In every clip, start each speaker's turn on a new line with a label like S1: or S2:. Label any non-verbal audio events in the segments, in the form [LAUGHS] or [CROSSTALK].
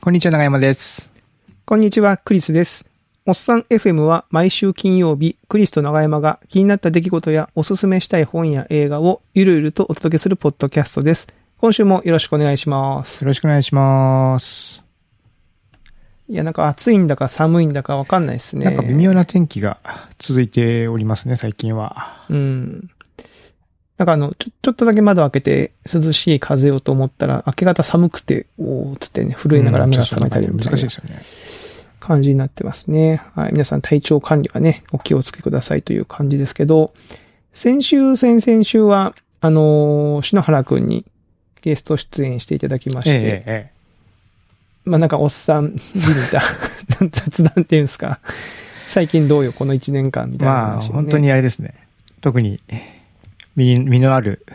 S1: こんにちは、長山です。
S2: こんにちは、クリスです。おっさん FM は毎週金曜日、クリスと長山が気になった出来事やおすすめしたい本や映画をゆるゆるとお届けするポッドキャストです。今週もよろしくお願いします。
S1: よろしくお願いします。
S2: いや、なんか暑いんだか寒いんだかわかんないですね。
S1: なんか微妙な天気が続いておりますね、最近は。
S2: うん。なんかあの、ちょ、ちょっとだけ窓開けて涼しい風をと思ったら、明け方寒くて、おーつってね、震えながら目が覚めたり
S1: うん
S2: みた
S1: 難
S2: い
S1: しい
S2: な
S1: ですよね。
S2: 感じになってますね。はい。皆さん体調管理はね、お気をつけくださいという感じですけど、先週、先々週は、あのー篠原くんにゲスト出演していただきまし
S1: ええ
S2: て、
S1: ええ、
S2: まあなんかおっさんじみた [LAUGHS] 雑談っていうんですか、最近どうよ、この1年間み
S1: ええ。
S2: たいな
S1: まあ、
S2: 話をね、
S1: 本当にあれですね。特に、身身のあ
S2: [LAUGHS]
S1: る、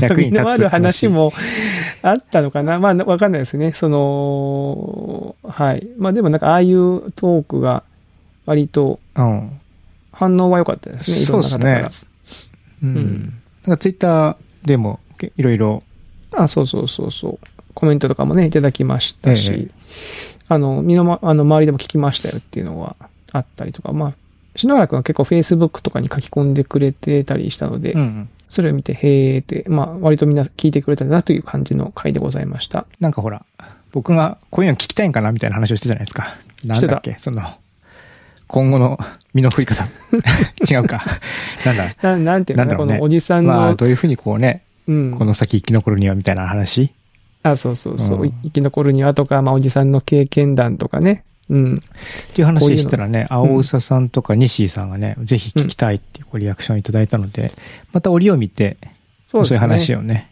S1: 役に立つ。
S2: 身のある話。もあったのかなまあ、わかんないですね。その、はい。まあでもなんか、ああいうトークが、割と
S1: うん。
S2: 反応は良かったですね。い
S1: そ
S2: ろ
S1: うんで
S2: な
S1: す
S2: 方か
S1: ね。。
S2: ら
S1: う
S2: うん
S1: ん。なんかツイッターでも、けいろいろ、
S2: あ、そうそうそうそう。コメントとかもね、いただきましたし、
S1: ええ
S2: あの、身の、ま、あの、周りでも聞きましたよっていうのはあったりとか、まあ、篠原くんは結構 Facebook とかに書き込んでくれてたりしたので、
S1: うん。
S2: それを見て、へーって、まあ、割とみんな聞いてくれたなという感じの回でございました。
S1: なんかほら、僕がこういうの聞きたいんかなみたいな話をしてたじゃないですか。なんだっけその、今後の身の振り
S2: [LAUGHS]
S1: 方。違うか。なんだ
S2: ななんていう
S1: な
S2: のかな
S1: んだろうね
S2: このおじさんの、
S1: まあ、どういうふうにこうね、
S2: うん。
S1: この先生き残るにはみたいな話。
S2: あ、そうそうそう、
S1: うん
S2: 生き残るにはとか、まあ、おじさんの経験談とかね。うん。
S1: っていう話したらね、青うささんとか西井さんがね、ぜひ聞きたいっていうこうリアクションいただいたので、また折を見て、
S2: そうですね。
S1: そういう話
S2: を。
S1: をね、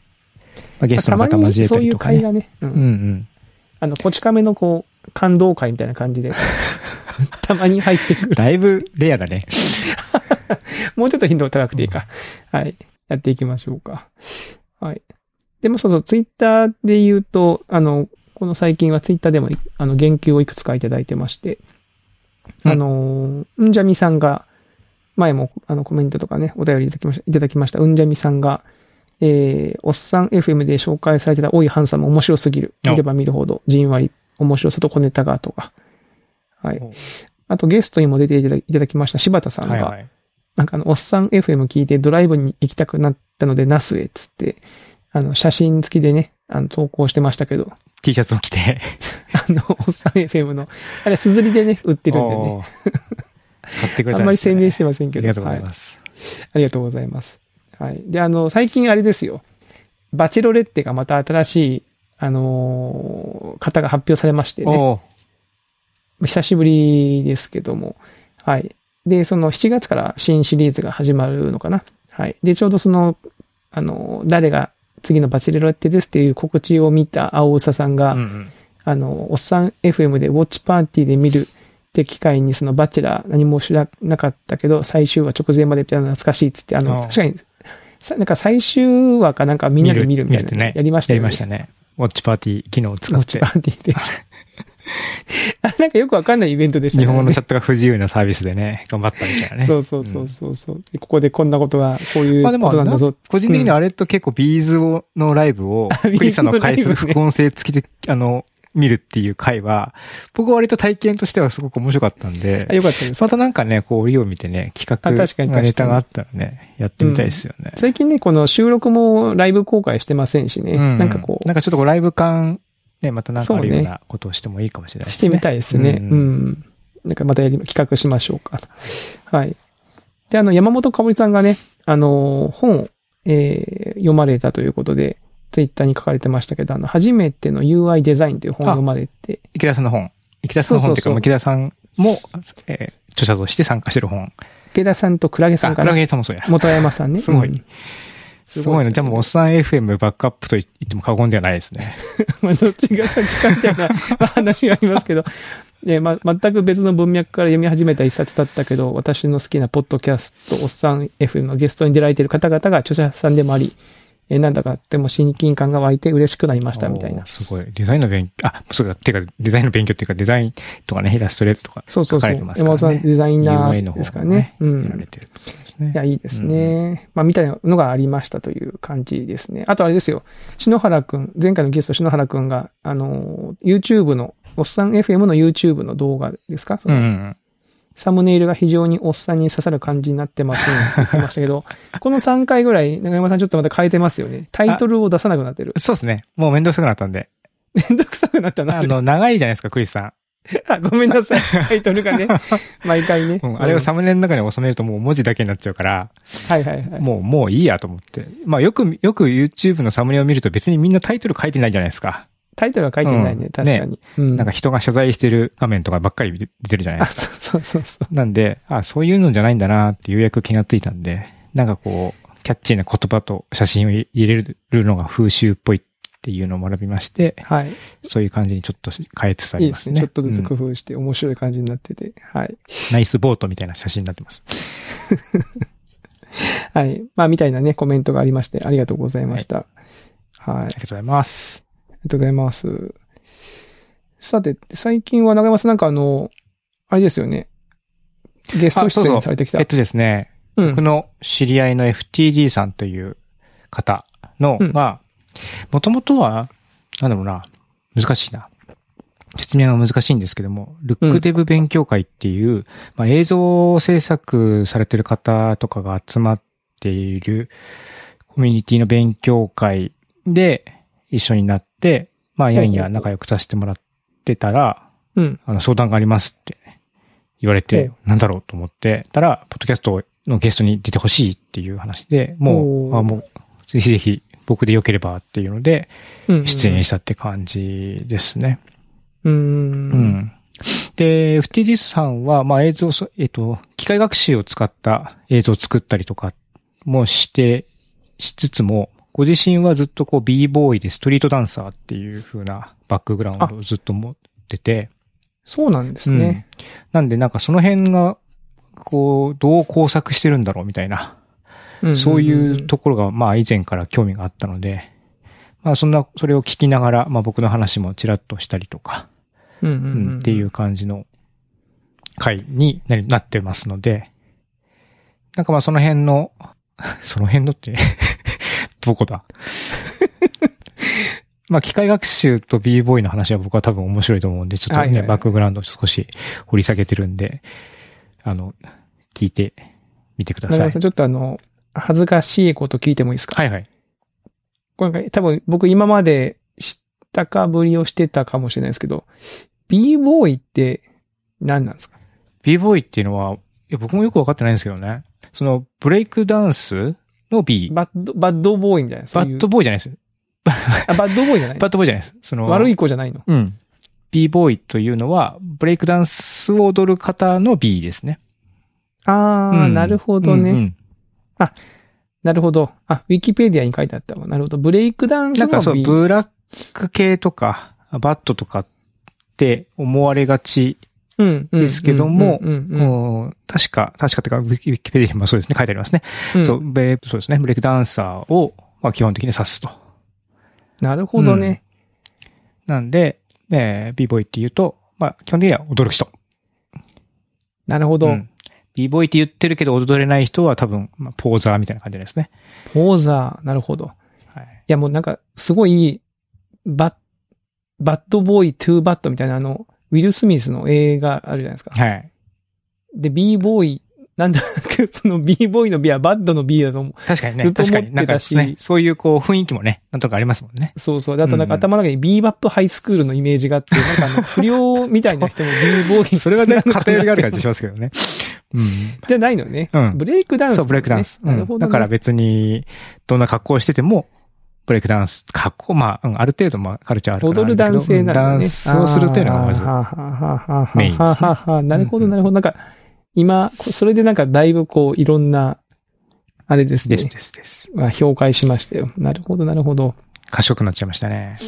S1: まあゲストの方交えたりとか
S2: そういう会
S1: ね。
S2: がね、うん
S1: うんうん。
S2: あの、こち亀のこう、感動会みたいな感じで、たまに入ってくる。
S1: だいぶレアだね。
S2: もうちょっと頻度高くていいか。はい。やっていきましょうか。はい。でもそうそう、ツイッターで言うと、あの、この最近はツイッターでもい、あの、言及をいくつかいただいてまして、
S1: うん
S2: あの、うんじゃみさんが、前も、あの、コメントとかね、お便りいただきました、いただきました、うんじゃみさんが、えー、おっさん FM で紹介されてた、おいハンさんも面白すぎる。
S1: お
S2: 見れば見るほど、じんわり、面白さと小ネタが、とか。はい
S1: お。
S2: あと、ゲストにも出ていただいただきました、柴田さんが、
S1: はいはい。
S2: なんかあの、おっさん FM 聞いてドライブに行きたくなったので、ナスへっつって、あの、写真付きでね、あの、投稿してましたけど、
S1: T シャツを着て。
S2: あの、おっさん FM の、あれ、すずりでね、売ってるんでね。
S1: おー買ってくれ
S2: あ
S1: た
S2: んまり宣伝して
S1: ま
S2: ません
S1: すね
S2: け
S1: あ
S2: ど。
S1: りがとうござい
S2: は
S1: ます。
S2: いありがとうございます。はい。で、あの、最近あれですよ。バチェロレッテがまた新しい、あのー方が発表されましてね。
S1: おー
S2: 久しぶりですけども。はい。で、その7月から新シリーズが始まるのかな。はい。で、ちょうどその、あの、誰が次のバチェロレッテですっていう告知を見た青ささんが、
S1: うんうん
S2: あの、おっさん FM でウォッチパーティーで見るって機会にそのバチェラー何も知らなかったけど、最終話直前までみたいなの懐かしいっつって、あ
S1: あ
S2: の、
S1: あ
S2: 確かに、さなんか最終話かなんかみんなで見るみたい
S1: 見るって
S2: な
S1: ね
S2: のやりました
S1: や
S2: よ
S1: り
S2: ね
S1: ましたね。ウォッチパーティー機能を使
S2: ウ
S1: っ
S2: ォッチ
S1: て
S2: パ。ーティーで。あ [LAUGHS] れなんかよくわかんないイベントでした
S1: 日本語の
S2: ね
S1: チ。ャットが不自由なサービスでね、頑張ったみたいなね。
S2: そうそうそうそうそう、でここでこんなことが、こういう
S1: ま
S2: こ
S1: あでも
S2: となんだぞ。
S1: 個人的にはあれと結構ビーズをのライブ
S2: [LAUGHS]
S1: を、ク
S2: ビーズのライブ
S1: リ
S2: ね
S1: スさんの回数副音声付きで、あの、見るっていう回は、僕は割と体験としてはすごく面白かったん
S2: あ
S1: で、
S2: よかったです。
S1: またなんかね、こう折を見てね、企
S2: あ確か
S1: 画
S2: に確か
S1: が
S2: に
S1: ネタがあったらね、やってみたいですよね。
S2: 最近ね、この収録もライブ公開してませんしね。
S1: う
S2: なんかこ
S1: なん
S2: う、
S1: かちょっとこうライブ感、ね、またなんかあるようなことをしてもいいかもしれないで
S2: し
S1: すね。
S2: てみたいですね。うん、
S1: うん
S2: なんかまたやり、企画しましょうか。はい。で、あの、山本かおりさんがね、あの、本を、えー読まれたということで、ツイッターに書かれてましたけど、あの、初めての UI デザインという本を読まれて、
S1: 池田さんの本。池田さんの本っていうか、
S2: そうそうそう
S1: 池田さんも、えー著者として参加してる本。
S2: 池田さんとクラゲさ
S1: あ、
S2: んか
S1: クラ
S2: ら、
S1: ゲさんもそうや。
S2: 元山さん
S1: [LAUGHS]
S2: ね。
S1: すごい
S2: うん
S1: すごいね。
S2: すごいですね
S1: じゃあもう、おっさん FM バックアップと言っても過言ではないですね。
S2: まあ、どっちが先かみたいなまあ話がありますけど、 [LAUGHS] ねまあ、全く別の文脈から読み始めた一冊だったけど、私の好きなポッドキャスト、おっさん FM のゲストに出られている方々が著者さんでもあり、えーなんだかでも親近感が湧いて嬉しくなりましたみたい
S1: お
S2: な
S1: ー。すごい。デザインの勉強、あ、そうだ、てか、デザインの勉強っていうか、デザインとかね、イラストレートとか、
S2: そうそう
S1: 書か
S2: そう。
S1: れて
S2: 山
S1: ますからね
S2: 本さんデザイナ
S1: UA の
S2: ー
S1: 方
S2: ですから
S1: も
S2: ね
S1: ね。、
S2: う
S1: やられ
S2: ん。
S1: てるってことですね
S2: い。や、いいですね。まあ、みたいなのがありましたという感じですね。あとあれですよ。篠原くん、前回のゲスト篠原くんが、あのー、YouTube の、おっさん FM の YouTube の動画ですか、そ
S1: うん
S2: の
S1: うんうん。
S2: サムネイルが非常におっさんに刺さる感じになってます
S1: [LAUGHS]
S2: ね。って言ってましたけど、この3回ぐらい、長山さんちょっとまた変えてますよね。タイトルを出さなくなってる。
S1: そうですね。もうめんどくさくなったんで。
S2: めんどくさくなったな。
S1: あ
S2: あれ
S1: の、長いじゃないですか、クリスさん。
S2: [LAUGHS] あ、ごめ
S1: [LAUGHS]
S2: んなさい。タイトルがね、毎回ね。
S1: うん、あれをサムネの中に収めるともう文字だけになっちゃうから、
S2: はいはいはい。
S1: もう、もういいやと思って。まあよく、よく YouTube のサムネを見ると別にみんなタイトル書いてないじゃないですか。
S2: タイトルは書いてない
S1: う
S2: ね、
S1: ん
S2: 確かに。うん。
S1: なんか人が謝罪してる画面とかばっかり出てるじゃない
S2: [LAUGHS] あ、
S1: ですか。
S2: そうそうそうそう。
S1: なんで、あ、そういうのじゃないんだなってようやく気がついたんで、なんかこう、キャッチーな言葉と写真を入れるのが風習っぽいっていうのを学びまして、
S2: はい。
S1: そういう感じにちょっと変えつつあ
S2: いい
S1: り
S2: で
S1: ますす
S2: ね。
S1: ね。
S2: ちょっとずつ工
S1: うん
S2: 夫して面白い感じになってて。はい。
S1: ナイスボートみたいな写真になってます。
S2: はい。まあ、みたいなね、コメントがありまして、ありがとうございました。はい。あ
S1: ありがとうございます。
S2: りがとうございます。さて、最近は長山さんなんかあの、あれですよね。ゲスト
S1: あそ
S2: 出
S1: うそう
S2: 演されてきた。
S1: えっとですね、
S2: うん
S1: 僕の知り合いの FTD さんという方の
S2: うん
S1: が、もともとは、なんだろうな、難しいな。説明が難しいんですけども、ルックデブ勉強会っていう、まあ、映像制作されてる方とかが集まっているコミュニティの勉強会で一緒になって、まあ、やんや仲良くさせてもらってたら、
S2: うん。
S1: あの、相談がありますって言われ
S2: え
S1: て、なんだろうと思ってたら、ポッドキャストのゲストに出てほしいっていう話で、も
S2: おー
S1: う、あもう、ぜひぜひ僕で良ければっていうので、
S2: うんうん
S1: 出演したって感じですね。
S2: う。
S1: うんん。で、FTD さんは、まあ映像そ、えっと、機械学習を使った映像を作ったりとかもして、しつつも、ご自身はずっとこう b ボーイでストリートダンサーっていう風なバックグラウンドをずっと持ってて、
S2: そうなんですね。
S1: うん。なんでなんかその辺が、こう、どう工作してるんだろうみたいな、
S2: ん
S1: そういうところが、まあ以前から興味があったので、まあそんな、それを聞きながら、まあ僕の話もちらっとしたりとか、
S2: うんう
S1: うん
S2: うん
S1: ん、っていう。感じの回になりなってますので、なんかまあその辺の、 [LAUGHS] その辺のって、 [LAUGHS] どこだ [LAUGHS] まあ機械学習と b ボーイの話は僕は多分面白いと思うんで、ちょっとね、
S2: はいはいはい
S1: バックグラウンドを少し掘り下げてるんで、あの、聞いてみてくだ
S2: 長
S1: さ
S2: 山
S1: い
S2: さん、。ちょっとあの、恥ずかしいこと聞いてもいいですか
S1: はいはい。
S2: これなんか多分僕今まで知ったかぶりをしてたかもしれないですけど、b ボーイって何なんですか
S1: b ボーイっていうのは、いや僕もよくわかってないんですけどね、そのブレイクダンスの B、
S2: バッド、バッドボーイみたいな。そう
S1: バ
S2: いう
S1: ッドボーイじゃないです。
S2: あ、バッドボーイじゃない
S1: バッドボーイじゃないです。その、
S2: 悪い子じゃないの。
S1: うん。b ボーイというのは、ブレイクダンスを踊る方の B ですね。
S2: あー、
S1: うん
S2: なるほどね、
S1: うんうん
S2: なるほど。あ、ウィキペディアに書いてあったわ。なるほど。ブレイクダンス
S1: なんか
S2: の
S1: そう、
S2: B。
S1: ブラック系とか、バットとかって思われがち。
S2: うんうん
S1: ですけども
S2: うんうんうん
S1: うん確か、確かっていうか、ウィキウィキペディアにもそうですね、書いてありますね。
S2: うん
S1: そうべそうですね、ブレイクダンサーを、まあ、基本的に指すと。
S2: なるほどね。
S1: なんで、えー、b ボーイって言うと、まあ、基本的には踊る人。
S2: なるほど。
S1: うん。b ボーイって言ってるけど踊れない人は多分、まあ、ポーザーみたいな感じですね。
S2: ポーザー。なるほど。
S1: はい。
S2: いや、もうなんか、すごい、バッ、バッドボーイ、トゥーバッドみたいな、あの、ウィル・スミスの映画あるじゃないですか。
S1: はい。
S2: で、b ボーイ、なんだっけ、 [LAUGHS] その b ボーイの b はバッドの b だと思う。
S1: 確かに
S2: ず
S1: ね、
S2: っと
S1: 確
S2: 思
S1: か
S2: ってたし
S1: に。なんかね、そういうこう雰囲気もね、なんとかありますもんね。
S2: そうそう。であとなんか
S1: うんうん
S2: 頭の中に b バップハイスクールのイメージがあって、なんかあの、不良みたいな人も b ボーイ。
S1: それはね、
S2: なのかな
S1: 偏りがある感じしますけどね。うん。
S2: じゃないのね。
S1: うん
S2: ブレイクダンス、
S1: そう、ブレイクダンス。
S2: なる
S1: う
S2: ほ
S1: んだ
S2: ど、ね
S1: から別に、どんな格好をしてても、ブレイクダンス、格好、まあ、うんある程度、まあ、カルチャーあるから
S2: 踊る男性な
S1: う
S2: の
S1: ん
S2: ね。
S1: ダンスをするというのがまず
S2: あー、はははは
S1: メインですね
S2: はははなるほど、
S1: うんうん
S2: なるほど。なんか、今、こそれでなんかだいぶこう、いろんな、あれですね。
S1: ですですです。
S2: まあ、評価しましたよ。なるほど、なるほど。
S1: 賢くなっちゃいましたね。
S2: い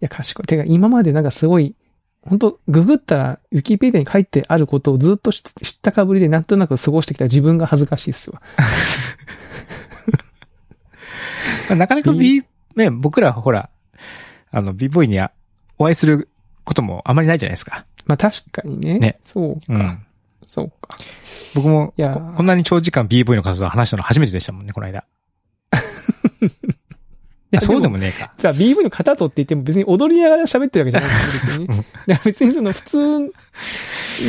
S2: や、賢い。てか、今までなんかすごい、本当ググったら、ウィキペディアに書いてあることをずっと知知ったかぶりで、なんとなく過ごしてきた自分が恥ずかしいっすわ。
S1: まあなかなか B、ね、僕らほら、あの、B ボーイにあお会いすることもあまりないじゃないですか。
S2: まあ確かにね。
S1: ね
S2: そうか。
S1: うん。
S2: そうか。
S1: 僕も
S2: いや
S1: こ、こんなに長時間 B ボーイの活動を話したの初めてでしたもんね、この間。いや、そうでもねえか。
S2: さ、BV の型とって言っても別に踊りながら喋ってるわけじゃないですよ、別に。
S1: うん
S2: [LAUGHS] だから別にその普通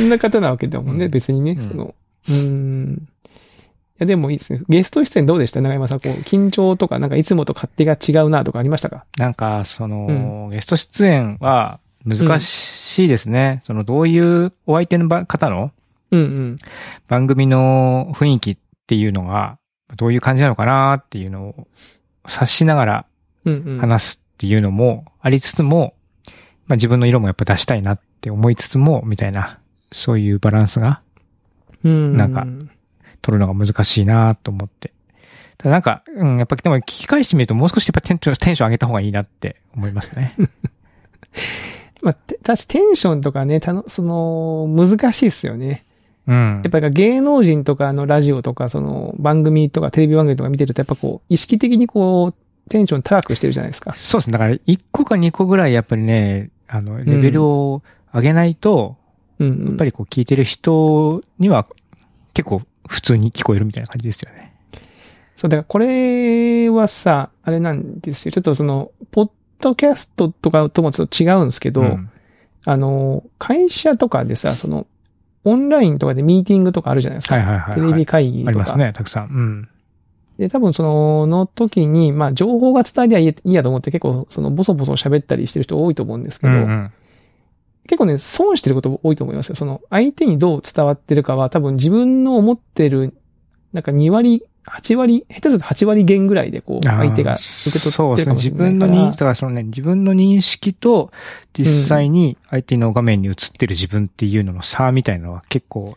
S2: な方なわけだもんね、
S1: うん
S2: 別にね。
S1: うん
S2: その、うーん。いや、でもいいですね。ゲスト出演どうでした長山さん、こう、緊張とか、なんかいつもと勝手が違うなとかありましたか
S1: なんか、その、ゲスト出演は難しいですね。その、どういうお相手のば方の
S2: うんうん。
S1: 番組の雰囲気っていうのが、どういう感じなのかなっていうのを察しながら
S2: うんうん。
S1: 話すっていうのもありつつも、まあ自分の色もやっぱ出したいなって思いつつも、みたいな、そういうバランスが
S2: うん。
S1: なんか取るのが難しいなと思って。ただなんか、うん、やっぱでも聞き返してみるともう少しやっぱテンションテンション上げた方がいいなって思います
S2: [LAUGHS]
S1: ね。
S2: まあ、て確かテンションとかね、たの、その、難しいっすよね。
S1: うん
S2: やっ。ぱり芸能人とかのラジオとか、その番組とかテレビ番組とか見てると、やっぱこう、意識的にこう、テンション高くしてるじゃないですか。
S1: そうですね。だから1個か2個ぐらいやっぱりね、あの、レベルを上げないと、
S2: うん、うん。
S1: やっぱりこう聞いてる人には結構普通に聞こえるみたいな感じですよね。
S2: そう、だからこれはさ、あれなんですよ。ちょっとその、ポッドキャストとかともちょっと違うんですけど、
S1: ん
S2: あの、会社とかでさ、その、オンラインとかでミーティングとかあるじゃないですか。
S1: はいはいはいはい、
S2: テレビ会議とか。
S1: ありますね、たくさん。うん。
S2: で、多分その、の時に、まあ、情報が伝えりゃいいいいやと思って結構、その、ボソボソ喋ったりしてる人多いと思うんですけ
S1: う
S2: ど、
S1: んうん。
S2: 結構ね、損してること多いと思いますよ。その、相手にどう伝わってるかは、多分自分の思ってる、なんか2割、8割、下手すると8割減ぐらいで、こう、相手が受け取
S1: そ
S2: っ
S1: う
S2: て
S1: で
S2: る
S1: す
S2: か
S1: ね。自
S2: もしれない
S1: 分
S2: か
S1: の
S2: ら。
S1: 認識、だからそのね、自分の認識と実際に相手の画面に映ってる自分っていうのの差みたいなのは結構、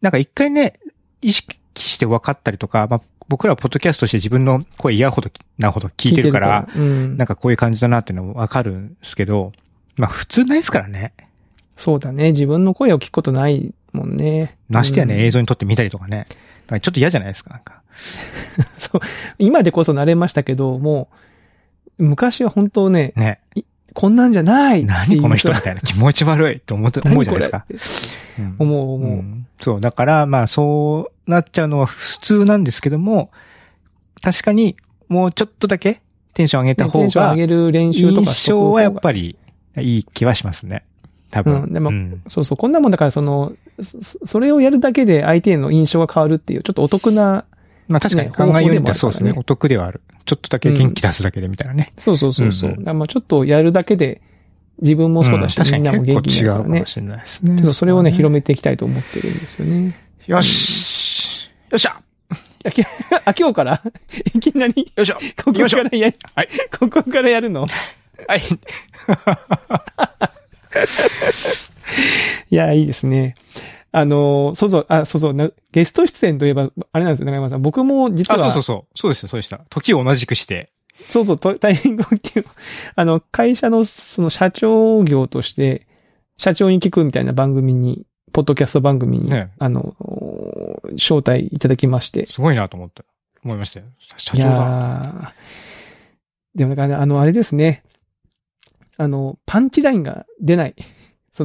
S1: なんか一回ね、意識して分かったりとか、まあ僕らはポッドキャストして自分の声嫌ほどなほど聞いてるから、
S2: 聞いてるからうん
S1: なんかこういう感じだなっていうのも分かるんですけど、まあ普通ないですからね。
S2: そうだね。自分の声を聞くことないもんね。
S1: ましてやね、
S2: うん
S1: 映像に撮ってみたりとかね。だからちょっと嫌じゃないですか、なんか。
S2: そう。今でこそ慣れましたけど、もう、昔は本当ね、
S1: ね。
S2: こんなんじゃないっていう
S1: 何この人み
S2: さ
S1: たいな気持ち悪いと思って、思うじゃないですか。
S2: [LAUGHS] 何これっ
S1: う
S2: て
S1: ん
S2: 思う思う。
S1: うんそう。だから、まあ、そうなっちゃうのは普通なんですけども、確かに、もうちょっとだけテンション上げた
S2: ねテ
S1: 方
S2: ンション
S1: が
S2: 上、げる練習とか
S1: 印象はやっ
S2: り。
S1: ぱりいい気はしますね。多分。
S2: うんでも
S1: うん
S2: そうそう。こんなもんだから、その、そそれをやるだけで相手への印象が変わるっていう、ちょっとお得な、
S1: まあ、確かに
S2: ね
S1: 考えようによってはそ
S2: 方
S1: う
S2: 法で
S1: で
S2: もあるからね
S1: すね。お得ではある。ちょっとだけ元気出すだけでみたいなね。
S2: そうそうそうそう。
S1: うんうん
S2: だからまあちょっとやるだけで、自分もそうだし、
S1: ん確
S2: み
S1: か
S2: ん
S1: に
S2: なも元気
S1: 結
S2: に
S1: 構違う
S2: なる
S1: か
S2: からね
S1: も。しれないですね。
S2: ちょっとそれをね、
S1: う
S2: 広めていきたいと思ってるんですよね。 [LAUGHS]
S1: よしよっしゃ
S2: あ、今日から [LAUGHS] いきなり、
S1: よいしょ
S2: ここからや、
S1: はい
S2: ここからやるの
S1: はい。
S2: いや、いいですね。あの、そうそう、あ、そうそう、なゲスト出演といえば、あれなんですよ、中山さん。僕も [LAUGHS] 実
S1: あ、
S2: は、
S1: そうそうそう。そうでした、そうでした。時を同じくして。
S2: そうそう、とタイミングを切るあの、会社のその社長業として、社長に聞くみたいな番組に、ポッドキャスト番組に、
S1: ね
S2: あの、招待いただきまして。
S1: すごいなと思った。思いましたよ。社
S2: い
S1: 長
S2: や
S1: が。
S2: ーでもなんかね、あの、あれですね。あの、パンチラインが出ない。そ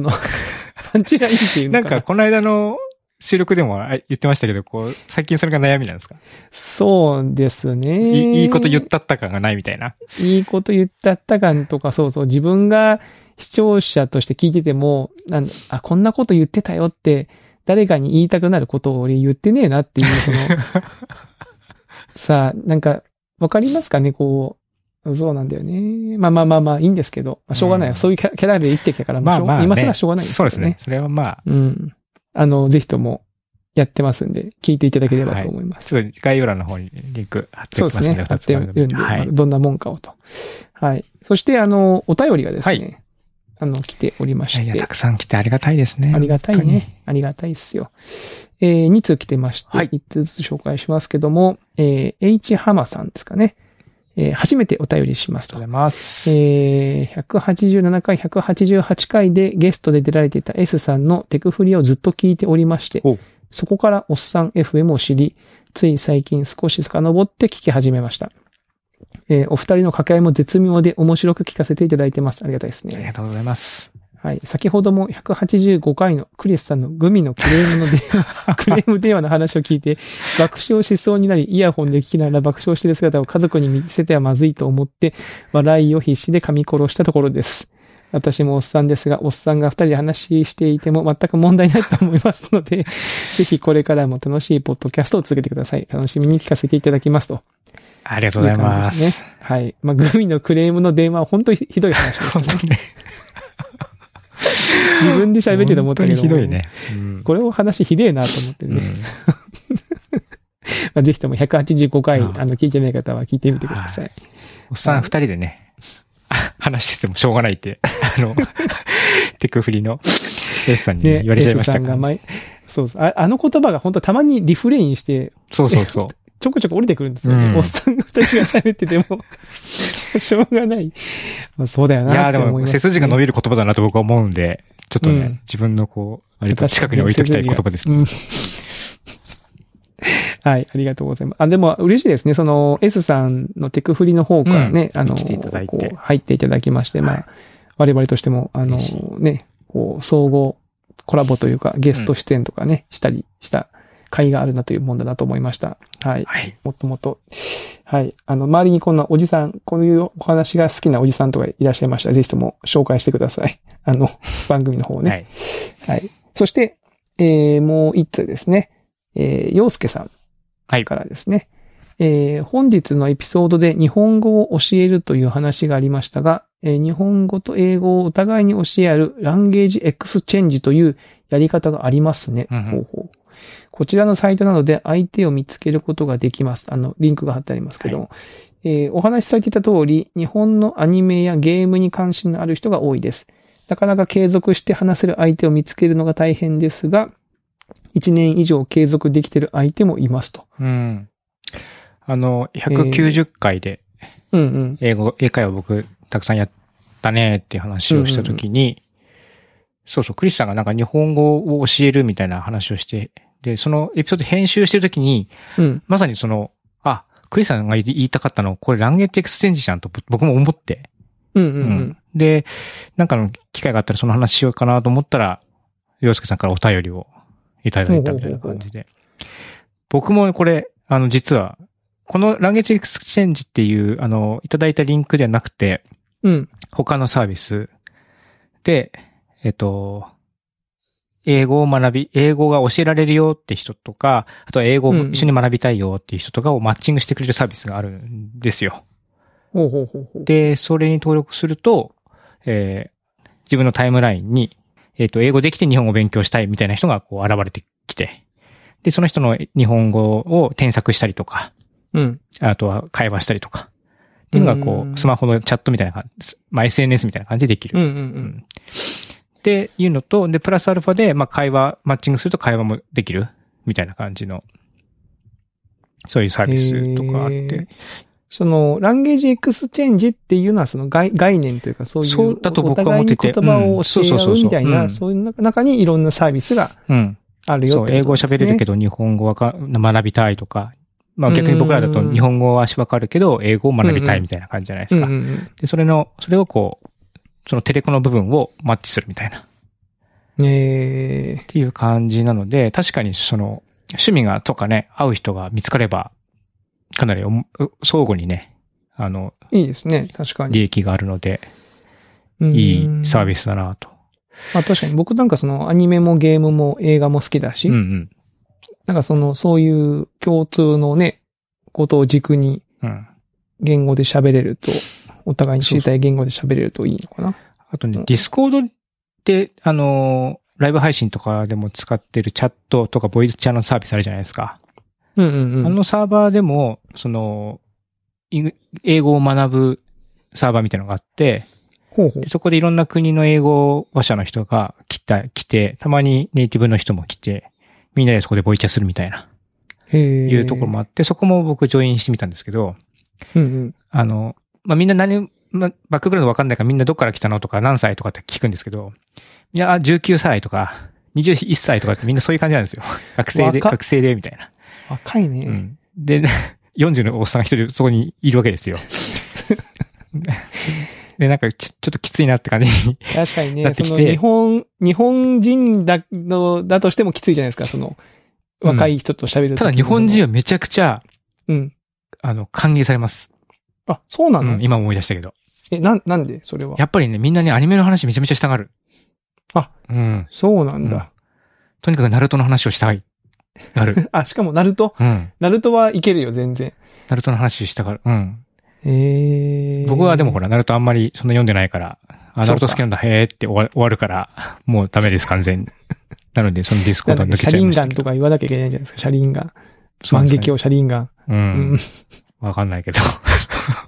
S1: [LAUGHS]
S2: の、パンチラインっていう
S1: な
S2: の
S1: ん
S2: か
S1: か、この間の収録でもあ言ってましたけど、こう、最近それが悩みなんですか、
S2: そうです
S1: い
S2: ね。
S1: いいいこと言ったった感がないみたいな。
S2: いいこと言ったった感とか、そうそう、自分が視聴者として聞いてても、なんだあ、こんなこと言ってたよって、誰かに言いたくなることを俺言ってねえなっていう、その、さあ、なんか、わかりますかね、こう、そうなんだよね。まあまあまあまあ、いいんですけど、まあ、しょうがないよ、
S1: うん
S2: そういうキャラキャラで生きてきたから、
S1: ま
S2: まあ
S1: あ
S2: しょう
S1: まあ、ね。
S2: 今更しょうがないん
S1: そうですね。。それはまあ、
S2: うん。あの、ぜひとも、やってますんで、聞いていただければと思います。
S1: ちょっと概要欄の方にリンク貼って
S2: そ
S1: お
S2: う
S1: き
S2: で
S1: ますす
S2: ね
S1: の。で、
S2: 貼
S1: 二
S2: っ
S1: つ
S2: て
S1: 番
S2: るん
S1: 組
S2: で、
S1: はい。
S2: どんなもんかをと。はい。そして、あの、お便りがですね、あの、来ておりまし
S1: いやいや、
S2: て
S1: た、くさん来てありがたいですね。
S2: ありがたい
S1: 本当に。
S2: ね。ありがたいっすよ。えー、2通来てまして、
S1: はい
S2: 1通ずつ紹介しますけども、えー、H ハマさんですかね。えー、初めてお便りします
S1: ありがとうござ
S2: と
S1: い。ます。
S2: えー、187回、188回でゲストで出られていた S さんのテクフリをずっと聞いておりまして
S1: お、
S2: そこからおっさん FM を知り、つい最近少し遡って聞き始めました。えーお二人の掛け合いも絶妙で面白く聞かせていただいてます。ありがたいです
S1: あり
S2: ね
S1: が。とうございます。
S2: はい。先ほども185回のクリスさんのグミのクレ
S1: [LAUGHS]
S2: ームの電話、クレーム電話の話を聞いて、爆笑しそうになり、イヤホンで聞きながら爆笑している姿を家族に見せてはまずいと思って、笑いを必死で噛み殺したところです。私もおっさんですが、おっさんが二人で話していても全く問題ないと思いますので、ぜひこれからも楽しいポッドキャストを続けてください。楽しみに聞かせていただきますと。
S1: ありがとうございます。
S2: いい感じですね。はい。まあ、グミのクレームの電話は本当にひどい話です
S1: 本
S2: ね。
S1: 当ね。
S2: [LAUGHS] 自分で喋ってて思ったけど。
S1: 本当にひどい。ね。うん
S2: これを話ひでえなと思ってね。
S1: うん
S2: まあ、ぜひとも185回、
S1: うん
S2: あの、聞いてない方は聞いてみてください。
S1: おっさん二人でね、 [LAUGHS] 話しててもしょうがないって、 [LAUGHS] あの、テクフリの S さんにね
S2: ね、
S1: 言われちゃいました
S2: さ
S1: か
S2: ん
S1: ら
S2: が前、そうそうあ。あの言葉が本当たまにリフレインして、
S1: そうそうそう。
S2: ちょこちょこ降りてくるんですよね。
S1: うん
S2: おっさんが二人が喋ってても、 [LAUGHS] しょうがない。まあ、そうだよ
S1: い
S2: [LAUGHS] な
S1: や
S2: っ
S1: ー
S2: て
S1: で
S2: 思いま
S1: も、
S2: す、
S1: 背筋が伸
S2: び
S1: びる言葉だなと僕は思うんで、ちょっと
S2: うん
S1: ね、自分のこう、割と近くに置いときたい言葉です。
S2: うん [LAUGHS] はい、ありがとうございます。あ、でも嬉しいですね。その S さんのテクフリの方からね、あの、
S1: 来ていただいて
S2: こう入っていただきまして、まあ、
S1: はい
S2: 我々としても、あの
S1: 嬉し、
S2: ね、こう、総合コラボというか、ゲスト出演とかね、したりした会があるなというもんだなと思いました。はい。
S1: はい。
S2: もっともっと。はい。あの、周りにこんなおじさん、こういうお話が好きなおじさんとかいらっしゃいましたら、ぜひとも紹介してください。あの、番組の方をね。
S1: はい。
S2: はい。そして、えーもう一通ですね。えー、洋介さん
S1: はい
S2: からですね。えー本日のエピソードで日本語を教えるという話がありましたが、えー日本語と英語をお互いに教え合うランゲージエクスチェンジというやり方がありますね。
S1: うんうん
S2: 方法。こちらのサイトなどで相手を見つけることができます。あの、リンクが貼ってありますけども、えーお話しされていた通り、日本のアニメやゲームに関心のある人が多いです。なかなか継続して話せる相手を見つけるのが大変ですが、1年以上継続できてる相手もいますと。
S1: うん。あの、190回で
S2: うんうん。
S1: 英語、英会話を僕、たくさんやったねっていう話をしたときに、そうそう、クリスさんがなんか日本語を教えるみたいな話をして、で、そのエピソード編集してるときに、
S2: うん。
S1: まさにその、あ、クリスさんが言いたかったの、これランゲージエクスチェンジじゃんとぼ僕も思って。
S2: うんうん
S1: う
S2: うん
S1: ん。で、なんかの機会があったらその話しようかなと思ったら、洋介さんからお便りをいただいたみたいな感じで。僕もこれ、あの、実は、このランゲージエクスチェンジっていう、あの、いただいたリンクではなくて、
S2: うん。
S1: 他のサービスで、えっと、英語を学び、英語が教えられるよって人とか、あとは英語を一緒に学びたいよっていう人とかをマッチングしてくれるサービスがあるんですよ。
S2: ほうほうほうほう。
S1: で、それに登録すると、えー自分のタイムラインに、えっ、と、英語できて日本語を勉強したいみたいな人がこう現れてきて、で、その人の日本語を添削したりとか、
S2: うん。
S1: あとは会話したりとか、っていうのがこ
S2: うん
S1: う、スマホのチャットみたいな感じ、まあ、SNS みたいな感じででき
S2: うんう
S1: る。
S2: んう。
S1: うんんっていうのと、で、プラスアルファで、まあ、会話、マッチングすると会話もできる、みたいな感じの、そういうサービスとかあっ
S2: へー
S1: て、
S2: その、ランゲージエクスチェンジっていうのはその概概念というかそういう。
S1: そうだと僕は思ってて
S2: お互いに言葉を教え
S1: うんそうそう
S2: 合
S1: そううそう
S2: みたいうな、
S1: ん
S2: そういう中にいろんなサービスが
S1: うん。
S2: ある
S1: そ
S2: よ
S1: う
S2: っ、て
S1: 英
S2: こ
S1: 語
S2: と
S1: 喋
S2: ですね。
S1: れるけど日本語はか学びたいとか、まあ逆に僕らだ
S2: うんうんう
S1: と
S2: ん
S1: 日本語はわかるけど、英語を学びたいみたいな感じじゃないですか。
S2: うんうん
S1: で、それの、それをこう、そのテレコの部分をマッチするみたいな、っ
S2: うん。えー
S1: ていう感じなので、確かにその、趣味がとかね、合う人が見つかれば、かなりおも相互にね、あの、
S2: いいですね。確かに。
S1: 利益があるので、いいサービ
S2: ス。
S1: スだなと。
S2: まあ確かに僕なんかそのアニメもゲームも映画も好きだし、
S1: うんうん。
S2: なんかその、そういう共通のね、ことを軸に
S1: うん。
S2: 言語で喋れると、お互いに知りたい言語で喋れるといいのかな。
S1: あと
S2: うん
S1: ね、ディスコードって、あのー、ライブ配信とかでも使ってるチャットとかボイスチャンネルサービスあるじゃないですか。
S2: うんうんうん。
S1: あのサーバーでも、その、い英語を学ぶサーバーみたいなのがあって、
S2: ほうほう
S1: で。そこでいろんな国の英語話者の人が来た、来て、たまにネイティブの人も来て、みんなでそこでボイチャするみたいな、
S2: へ
S1: い
S2: いう
S1: ところもあって、そこも僕ジョインしてみたんですけど、
S2: うんうん。
S1: あの、まあ、みんな何、ま、バックグラウンドわかんないからみんなどっから来たのとか何歳とかって聞くんですけど、いや、あ19歳とか、21歳とかってみんなそういう感じなんですよ。学生で、
S2: 若っ
S1: 学生で、みたいな。
S2: 若いうね。
S1: ん。で、 40のおっさんが一人そこにいるわけ
S2: [LAUGHS]
S1: ですよ。で、なんかちょ、ちょっときついなって感じに。
S2: 確かに
S1: な
S2: ね、
S1: って
S2: そ
S1: きて
S2: の日本、日本人だの、だとしてもきついじゃないですか、その、若い人と喋る時の
S1: ただ日本人
S2: そ
S1: はめちゃくちゃ、
S2: のうん。
S1: あの、歓迎されます。
S2: あ、そうな
S1: う
S2: の、
S1: ん、今思い出したけど。
S2: え、なん、なんでそれは
S1: や。っぱりね、みんなね、アニメの話めちゃめちゃしたがる。
S2: あ、
S1: うん。
S2: そうなんだ。
S1: とにかくナルトの話をしたい。なる。
S2: あ、しかも、ナルト。
S1: うん。
S2: ナルトはいけるよ、全然。
S1: ナルトの話したがる。うん。
S2: えー、
S1: 僕はでもほ
S2: ら。
S1: ら、ナルトあんまりそんな読んでないから、あ、ナルト好きなんだ、へーって終わ終わるから、もうダメです、完全に。 [LAUGHS] なので、そのディスコ
S2: な
S1: ー
S2: ん
S1: ドは
S2: だっけ
S1: 抜け
S2: シ
S1: ちゃ
S2: ャ
S1: い
S2: リン
S1: まし
S2: ガ
S1: た
S2: ン
S1: け
S2: と
S1: ど。
S2: か言わなきゃいけないんじゃないですか、シャリンガン。
S1: そう
S2: 万
S1: なんです
S2: 劇をシャリンガン。
S1: かね。う
S2: うんん。。
S1: わかんないけど。 [LAUGHS]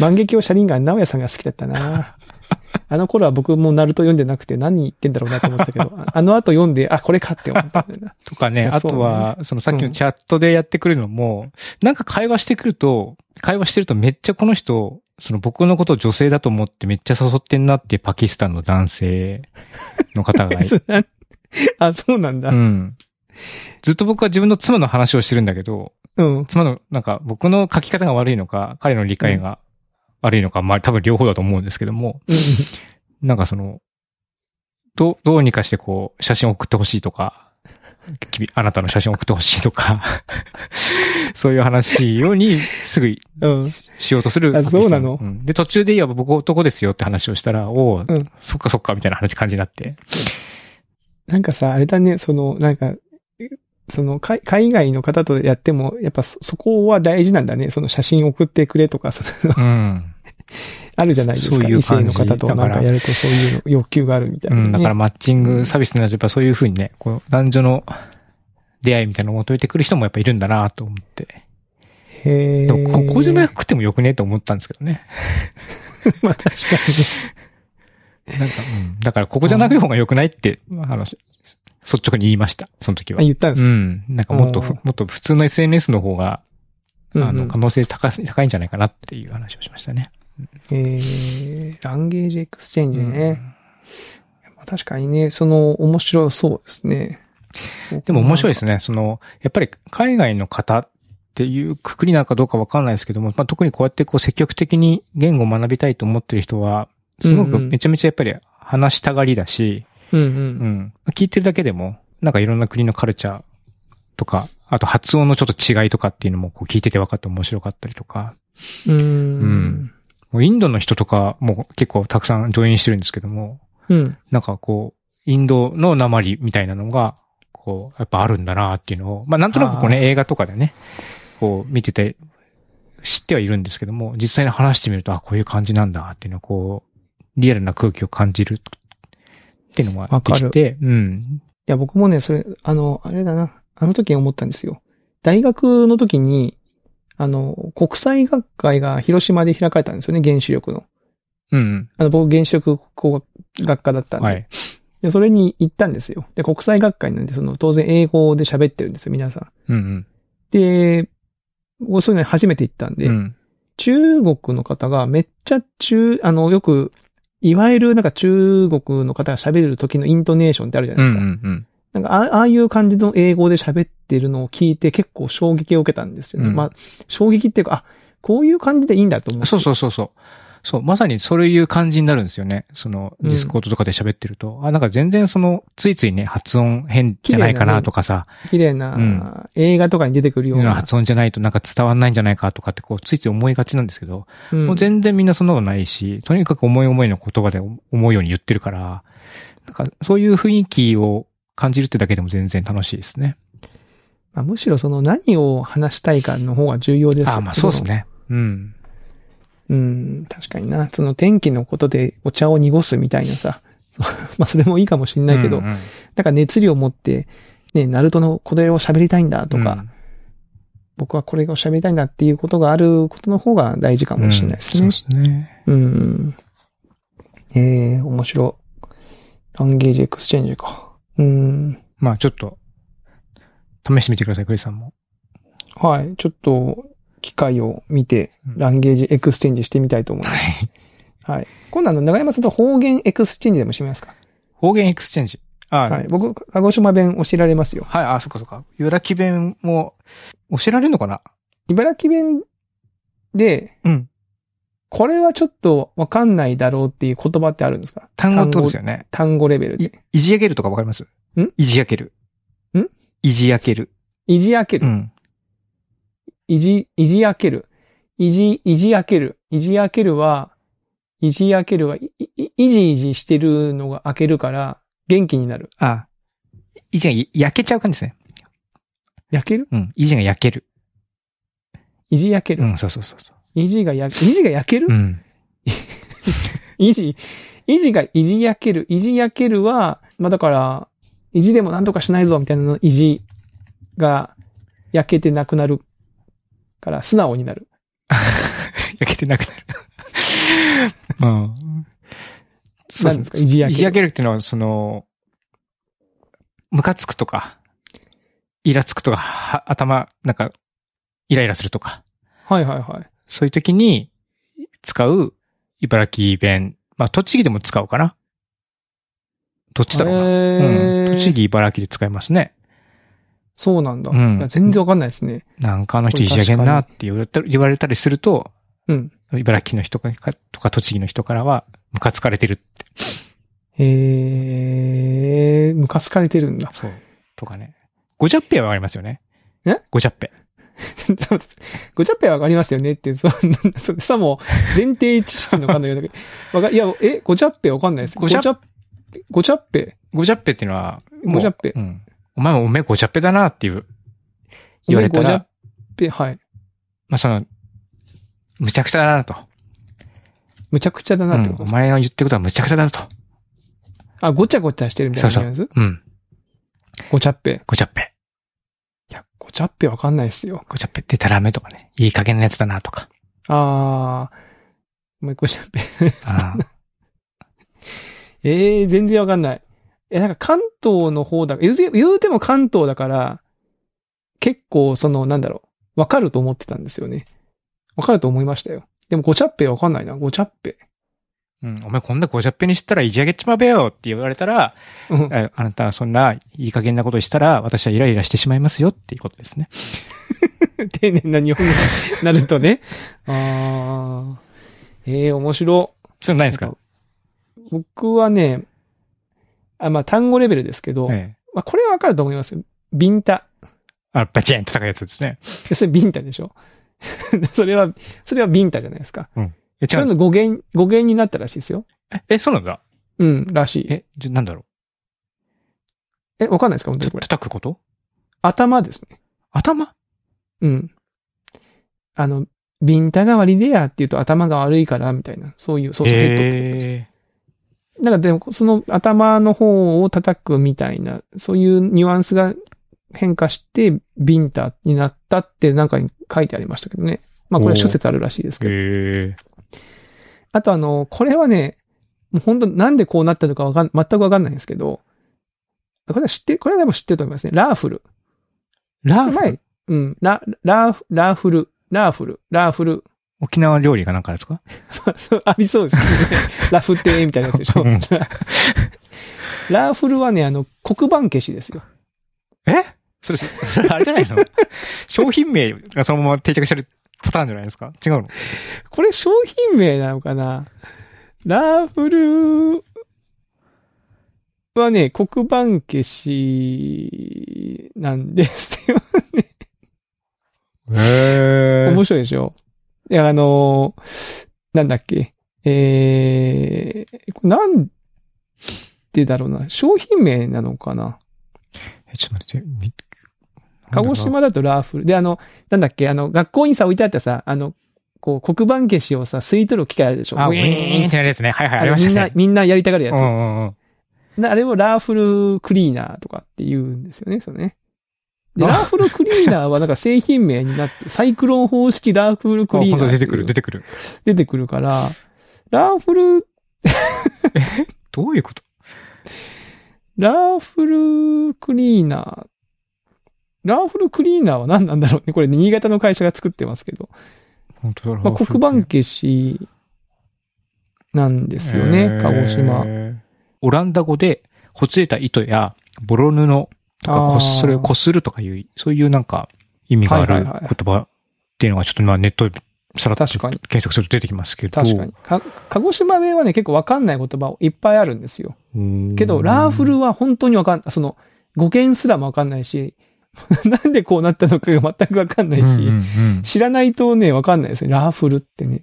S2: 万劇をシャリンガン、直哉さんが好きだっ
S1: [LAUGHS]
S2: たな。あの頃は僕もナルト読んでなくて何言ってんだろうなと思ってたけ
S1: [LAUGHS]
S2: ど、ああの後読んで、あ、これかって思ったんだよな。
S1: とかね、
S2: いや
S1: あとは、そのさっき
S2: う
S1: の
S2: ん
S1: チャットでやってくるのも、なんか会話してくると、会話してるとめっちゃこの人、その僕のことを女性だと思ってめっちゃ誘ってんなっていうパキスタンの男性の方がい
S2: [LAUGHS] そうなんあ、そうなんだ
S1: う。ん。ずっと僕は自分の妻の話をしてるんだけど、
S2: うん。
S1: 妻の、なんか僕の書き方が悪いのか、彼の理解が悪いのか、まあ多分両方だと思うんですけども、
S2: うん
S1: なんかその、どう、どうにかしてこう、写真送ってほしいと
S2: [LAUGHS]
S1: か、君、あなたの写真送ってほしいとか、 [LAUGHS] そういう話をに、すぐ
S2: うん。
S1: しようとする。
S2: あそうなの
S1: んで、途中でいえば僕男ですよって話をしたら、おう
S2: うん
S1: そっかそっか、みたいな話感じにな
S2: [LAUGHS]
S1: って。
S2: なんかさ、あれだね、その、なんか、その海、海外の方とやっても、やっぱそ、そこは大事なんだね。その写真送ってくれとか、その、
S1: うん。
S2: あるじゃないですか。
S1: そういう
S2: 異性
S1: 感じ
S2: の方となんかやるとそういうの要求があるみたいうなね、
S1: ん、だからマッチングサービスになると、やっぱそういうふうにね、こう、男女の出会いみたいなのを求めてくる人もやっぱいるんだなと思って。
S2: へえ。
S1: でも、ここじゃな
S2: く
S1: くてもよくねと思ったんですけどね。
S2: [LAUGHS] まあ確か
S1: [LAUGHS] なんか、うん、だからここじゃなく方が良くないって、あの、率直に言いました、その時
S2: に。
S1: は
S2: あ、。言ったんで
S1: う
S2: すか、
S1: ん。なんかもっとふ、
S2: うん
S1: もっと普通の SNS の方が、
S2: うんうん
S1: あの、可能性高す、高いんじゃないかなっていう話をしましたね。
S2: えー、ランゲージエクスチェンジ
S1: うん
S2: ね。まあ確かにね、その、面白そうですね。
S1: でも面白い
S2: で
S1: ですね。その、やっぱり海外の方っていうくくりなのかどうかわかんないですけども、まあ、特にこうやってこう積極的に言語を学びたいと思ってる人は、すご
S2: う
S1: く
S2: んうん
S1: めちゃめちゃやっぱり話したがりだし、
S2: す。うんう
S1: うん
S2: ん。
S1: 聞いてるだけでも、なんかいろんな国のカルチャーとか、あと発音のちょっと違いとかっていうのもこう聞いてて分かって面白かったりとか、
S2: うー
S1: うん
S2: ん。
S1: もうインドの人とかも結構たくさん上演してるんですけども、
S2: うん。
S1: なんかこう、インドの鉛みたいなのが、こう、やっぱあるんだなっていうのを、まあなんとなくこう
S2: あ
S1: ね、映画とかでね、こう見てて、知ってはいるんですけども、実際に話してみると、あ、こういう感じなんだっていうのをこう、リアルな空気を感じるっていうのが
S2: わ
S1: で
S2: か
S1: き
S2: る
S1: て、うん。
S2: いや、僕もね、それ、あの、あれだな。あの時思ったんですよ。大学の時に、あの、国際学会が広島で開かれたんですよね、原子力の。
S1: うん。
S2: あの、僕、原子力工学科だったんで。
S1: はい。
S2: で、それに行ったんですよ。で、国際学会なんで、その、当然英語で喋ってるんですよ、皆さん。
S1: うん
S2: で、僕そういうのに初めて行った
S1: う
S2: ん
S1: ん。
S2: で、
S1: うん
S2: 中国の方がめっちゃ中、あの、よく、いわゆるなんか中国の方が喋る時のイントネーションってあるじゃな
S1: う
S2: い
S1: ん
S2: で
S1: う
S2: すか。
S1: ん
S2: なんかあ、ああいう感じの英語で喋ってるのを聞いて結構衝撃を受けたんですよね。
S1: うん
S2: まあ、衝撃っていうか、あ、こういう感じでいいんだと
S1: う
S2: 思っ
S1: ん。
S2: て
S1: そうそうそうそう。そう、まさにそういう感じになるんですよね。その、
S2: うん
S1: ディスコードとかで喋ってると、あ、なんか全然その、ついついね、発音変じゃないかなとかさ、
S2: 綺麗
S1: うん
S2: な映画とかに出てくるよう
S1: の
S2: な。
S1: 発音じゃないとなんか伝わんないんじゃないかとかってこうついつい思いがちなんですけど、
S2: うん
S1: もう全然みんなそんなことないし、とにかく思い思いの言葉で思うように言ってるから、なんかそういう雰囲気を感じるってだけでも全然楽しいですね。
S2: まあ、むしろその何を話したいかの方が重要ですよ
S1: ああ、まあそうです。ね。うん。
S2: うん、確かにな。その天気のことでお茶を濁すみたいなさ。そう [LAUGHS] まあそれもいいかもしんないけど、
S1: うんうん
S2: だから熱量を持って、ね、ナルトのこれを喋りたいんだとか、僕はこれを喋りたいんだっていうことがあることの方が大事か
S1: うん
S2: もしれないです
S1: うん
S2: ね。
S1: そうですね。
S2: うん。ええー、面白い。ランゲージエクスチェンジか。うん。
S1: まあちょっと、試してみてください、クリスさんも。
S2: はい。ちょっと、機械を見て、
S1: うん
S2: ランゲージエクスチェンジしてみたいと思います。
S1: はい。
S2: はい。今度あの、長山さんと方言エクスチェンジでもしてみますか。
S1: 方言エクスチェンジ。ああ、
S2: は。
S1: はいい。
S2: 僕、鹿児島弁教えられますよ。
S1: はい、ああ、そっかそっか。ゆらき弁も教えられるのかな
S2: 茨城弁で、
S1: うん。
S2: これはちょっとわかんないだろうっていう言葉ってあるんですか
S1: 単語ってことですよね。
S2: 単語レベル
S1: い
S2: で。、
S1: いじやけるとかわかります
S2: ん
S1: いじやける。
S2: ん
S1: いじやける。
S2: いじあけ
S1: う
S2: る。
S1: ん。
S2: いじ、いじあける。いじ、いじあける。いじあけるは、いじあけるは、い、い、いじいじしてるのが開けるから、元気になる。
S1: あ、いじがや焼けちゃう感じですね。
S2: 焼ける
S1: うん。いじが焼ける。
S2: いじ焼け
S1: う
S2: る。
S1: ん、そうそうそうそ
S2: いじが焼け、いじが焼ける
S1: う。うん。 [LAUGHS]
S2: いじ、いじがいじ焼ける。いじ焼けるは、まあだから、いじでもなんとかしないぞ、みたいなの、いじが焼けてなくなるから、素直になる。
S1: 焼けてなくなる。 [LAUGHS] うん。そう
S2: 何ですかいじ
S1: い
S2: 焼ける
S1: じ焼けるっていうのは、その、ムカつくとか、イラつくとか、は頭、なんか、イライラするとか、
S2: はいはいはい。
S1: そういう時に使う茨城弁。まあ、栃木でも使うかな。どっちだろうな。
S2: へ
S1: う
S2: ー
S1: ん。栃木、茨城で使いますね。
S2: そうなんだ。
S1: うん
S2: いや全然わかんないですね。
S1: なんかあの人いじやげんなって言われた言われたりすると、
S2: うん。
S1: 茨城の人かとか栃木の人からは、ムカつかれてるって。
S2: へえ、ムカつかれてるんだ。 [LAUGHS]
S1: そう。とかね。ごじゃっぺはわかりますよね。
S2: え
S1: ごじゃっぺ。
S2: ちょっと待ってごちゃっぺはわかりますよねって、 [LAUGHS] そんな、そさも前提知識のかのようだけど、わか、いや、え、ごちゃっぺわかんないです。
S1: ごちゃっ
S2: っぺ、ごちゃっぺ、
S1: ごじゃっぺっていうのは、もう
S2: ごちゃっぺ
S1: うん。お前もおめえごじゃっぺだなっていう、言われた
S2: おめえごじ
S1: ら
S2: ゃっ、ぺ、はい。
S1: まあその、むちゃくちゃだなと。
S2: むちゃくちゃだ
S1: う
S2: なって
S1: ん
S2: こと
S1: お
S2: ですか、
S1: 前の言ってることはむちゃくちゃだなと。
S2: あ、ごちゃごちゃしてるみたいな
S1: そう
S2: 感
S1: そ
S2: じなんで
S1: う
S2: す
S1: ん。
S2: ごちゃっぺ。
S1: ごじゃっぺ。
S2: いや、ごちゃっぺわかんないですよ。
S1: ごじゃっぺってたらめとかね。いい加減なやつだなとか。
S2: あー、お前ごちゃっぺ。 [LAUGHS]
S1: あー
S2: えー、全然わかんない。え、なんか関東の方だ、言うて、言うても関東だから、結構その、なんだろう、わかると思ってたんですよね。わかると思いましたよ。でも、ごちゃっぺわかんないな、ごちゃっぺ。
S1: うん。お前こんなごじゃっぺにしたらいじ上げちまべよって言われたら、 [LAUGHS]
S2: うん。
S1: ああなたはそんないい加減なことしたら私はイライラしてしまいますよっていうことですね。
S2: 丁寧な日本語になるとね。あー。えー、面白。
S1: そういうのないですか
S2: 僕はね、あ、まあ、単語レベルですけど、
S1: ええ。
S2: まあ、これはわかると思いますよ。ビンタ。
S1: あ、バチンって高いやつですね。
S2: それビンタでしょ [LAUGHS] それは、それはビンタじゃないですか。
S1: え、違
S2: そうれ
S1: んです
S2: の語源、語源になったらしいですよ。
S1: ええ、そうなんだ。
S2: うん、らしい。え、
S1: え、じゃ、なんだろ
S2: わかんないですか本
S1: う
S2: 当
S1: た
S2: にこれ。
S1: 叩くこと
S2: 頭ですね。
S1: 頭
S2: うん。あの、ビンタが悪いでやって言うと頭が悪いから、みたいな。そういう、そうそう、ヘッドってことです。
S1: え
S2: なんかでも、その頭の方を叩くみたいな、そういうニュアンスが変化して、ビンタになったってなんかに書いてありましたけどね。まあこれは諸説あるらしいですけど。
S1: ーえ
S2: あとあの、これはね、もう本当なんでこうなったのかわかん、全くわかんないんですけど、これは知って、これはでも知ってると思いますね。ラーフル。
S1: ーラーフ
S2: 前、うん、ラ、ラーフ、ラーフル、ラーフル、ラーフル。 [LAUGHS]
S1: 沖縄料理かなんかですか
S2: そうありそうですけどね。 [LAUGHS] ラフテーみたいなやつでしょ。
S1: うん
S2: [LAUGHS] ラーフルはね、あの、黒板消しですよ。
S1: えそれ、それあれじゃ
S2: [LAUGHS]
S1: ないの商品名がそのまま定着してるパターンじゃないですか違うの
S2: これ商品名なのかなラーフルはね、黒板消しなんですよ。
S1: へ
S2: 面白いでしょいや、あのーなんだっけ。えー、これなんでだろうな。商品名なのかな
S1: え、ちょっと待って、み
S2: 鹿児島だとラーフル。で、あの、なんだっけ、あの、学校にさ、置いてあったさ、あの、こう、黒板消しをさ、吸い取る機械あるでしょ
S1: あ、ウ
S2: ウ
S1: ィ
S2: ィ
S1: ーンってなるやつね。はいはい、あり
S2: の
S1: まし
S2: みんな
S1: た、ね。
S2: みんなやりたがるや
S1: うんうんうん。
S2: つ。なあれをラーフルクリーナーとかって言うんですよね、それね。で、
S1: ラ
S2: ラーフルクリーナーはなんか製品名になって、サイクロン方式ラーフルクリーナー
S1: あ本当
S2: っ
S1: だ
S2: てい
S1: 出
S2: う。
S1: てくる、出てくる。
S2: 出てくるから、ラーフル、
S1: どういうこと
S2: ラーフルクリーナー。ラーフルクリーナーは何なんだろうね。これ、新潟の会社が作ってますけど。
S1: 本当だ
S2: まあ、黒板消しなんで
S1: です
S2: よね、鹿児島。。
S1: オランダ語で、ほつれた糸や、ボロ布とか、
S2: あー
S1: こそれをこするとかいう、そういうなんか、意味があ
S2: は
S1: る
S2: い
S1: 言
S2: はいはい
S1: 葉っていうのがちょっとまあネットでさらっと
S2: 確かに
S1: 検索すると出てきますけど。
S2: 確かに。か、鹿児島弁はね、結構わかんない言葉いっぱいあるんですよ。
S1: に
S2: けど、ラーフルは本当にわかんない。その、語源すらもわかんないし、 [LAUGHS] なんでこうなったのかが全くわかんないし、
S1: うんうんうん
S2: 知らないとね、わかんないですね。ラーフルってね。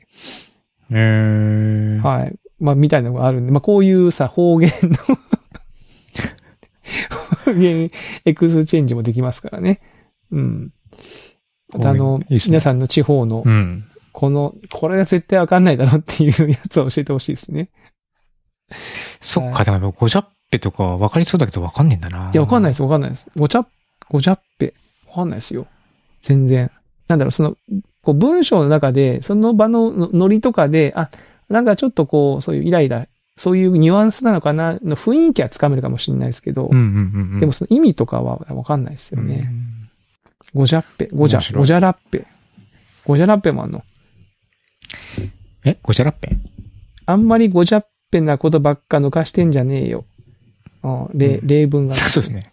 S1: えー
S2: はい。まあ、みたいなのがあるんで、まあ、こういうさ、方言の、方言エクスチェンジもできますからね。うん。またあの、
S1: いいっすね
S2: 皆さんの地方の、
S1: うん。
S2: この、これは絶対わかんないだろうっていうやつを教えてほしいですね。
S1: そっか、でもやっぱごじゃっぺとか分かりそうだけど分かんねえんだな。
S2: いや、わかんない
S1: い。
S2: です、わかんないです。ごちゃ、ごちゃっぺ。わかんないですよ。全然。なんだろう、その、こう文章の中で、その場ののノリとかで、あ、なんかちょっとこう、そういうイライラ、そういうニュアンスなのかな、の雰囲気はつかめるかもしれないですけど、
S1: うんうんうん。
S2: でも、その意味とかはわかんないですよね。。ごじゃっぺ、ごじゃ
S1: 面、白い
S2: ごじゃらっぺ。ごじゃらっぺもあんの。
S1: え、ごじゃらっ
S2: [LAUGHS]
S1: ぺ
S2: あんまりごじゃっぺなことばっか抜かしてんじゃねえよ。あ例
S1: うん
S2: 例文が、
S1: そうですね。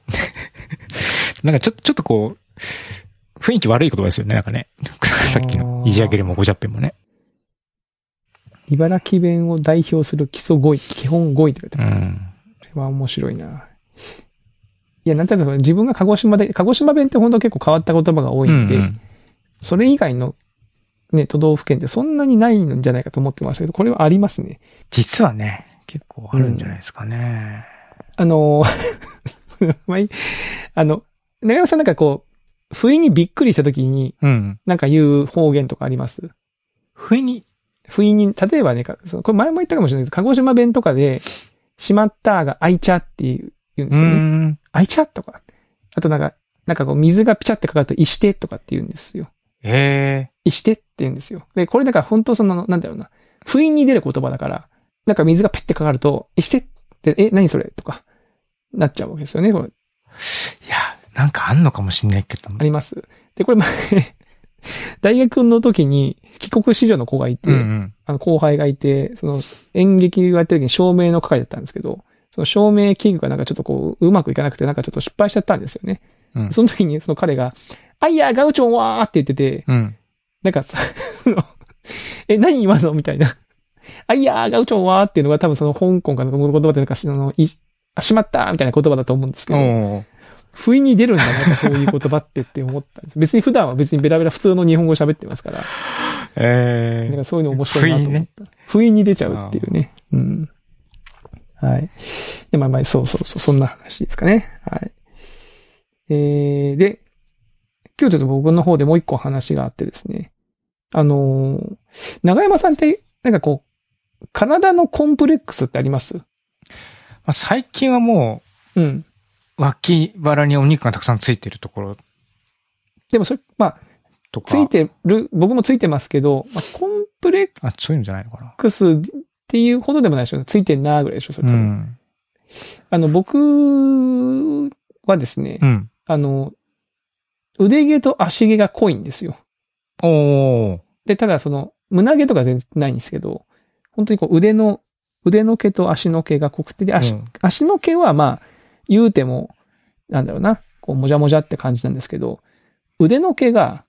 S1: [LAUGHS] なんかちょっと、ちょっとこう、雰囲気悪い言葉ですよね、なんかね。さっきの、いじあげるもごじゃっぺもね。
S2: 茨城弁を代表する基礎語彙、基本語彙って書いて
S1: う
S2: ます。こ
S1: ん。
S2: れは面白いな。いや、なんとなく自分が鹿児島で、鹿児島弁って本当結構変わった言葉が多いんで、
S1: うんうん
S2: それ以外のね、都道府県ってそんなにないんじゃないかと思ってましたけど、これはありますね。
S1: 実はね、結構あるんじゃないですかね。
S2: あの [LAUGHS] ーまあいい、あの、長山さんなんかこう、不意にびっくりした時に、
S1: うん。
S2: なんか言う方言とかあります
S1: 不意に、
S2: 不意に、例えばね、かそのこれ前も言ったかもしれないですけど、鹿児島弁とかで、しまったが開いちゃって言う言うんで
S1: う
S2: すよね。
S1: ん。
S2: 開いちゃとか。あとなんか、なんかこう水がピチャってかかると、いしてとかって言うんですよ。
S1: え
S2: いしてって言うんですよ。で、これだから本当その、なんだろうな。不意に出る言葉だから、なんか水がピッてかかると、いしてって、え、何それとか、なっちゃうわけですよね。これ
S1: えいや、なんかあんのかもしんないけど。
S2: あります。で、これ前、 [LAUGHS] 大学の時に、帰国子女の子がいて、
S1: うんうん。
S2: あの後輩がいて、その演劇をやってる時に照明の係だったんですけど、その照明器具がなんかちょっとこう、うまくいかなくて、なんかちょっと失敗しちゃったんですよね。
S1: うん
S2: その時にその彼が、あいや、ガウチョンはーって言ってて、
S1: うん。
S2: なんかさ、あのえ、何今のみたいな。あいや、ガウチョンはーっていうのが多分その香港かの言葉でなんかし、あの、いあ、しまったーみたいな言葉だと思うんですけど、
S1: おー
S2: 不意に出るんだな、なんかそういう言葉ってって思ったんです。別に普段は別にベラベラ普通の日本語喋ってますから、
S1: え
S2: な
S1: ー
S2: んかそういうの面白いなと思った。不意に出ちゃうっていうね。うん。はい。で、まあまあ、そうそうそう、そんな話ですかね。はい。えー、で、今日ちょっと僕の方でもう一個話があってですね。あのー、長山さんって、なんかこう、体のコンプレックスってあります
S1: まあ、最近はも
S2: うん。
S1: う、脇腹にお肉がたくさんついてるところ
S2: でもそれ、まあ、
S1: とか。
S2: ついてる、僕もついてますけど、まあ、コンプレッ
S1: あ、そういうんじゃないのか
S2: クスっていうほどでもないでしょ。ついてんなーぐらいでしょ、それ
S1: な。
S2: 多
S1: う
S2: 分
S1: ん。
S2: あの、僕はですね、
S1: うん。
S2: あの、腕毛と足毛が濃いんですよ。
S1: おお。
S2: で、ただその、胸毛とか全然ないんですけど、本当にこう腕の、腕の毛と足の毛が濃くて、で足、
S1: うん
S2: 足の毛はまあ、言うても、なんだろうな、こう、もじゃもじゃって感じなんですけど、腕の毛が、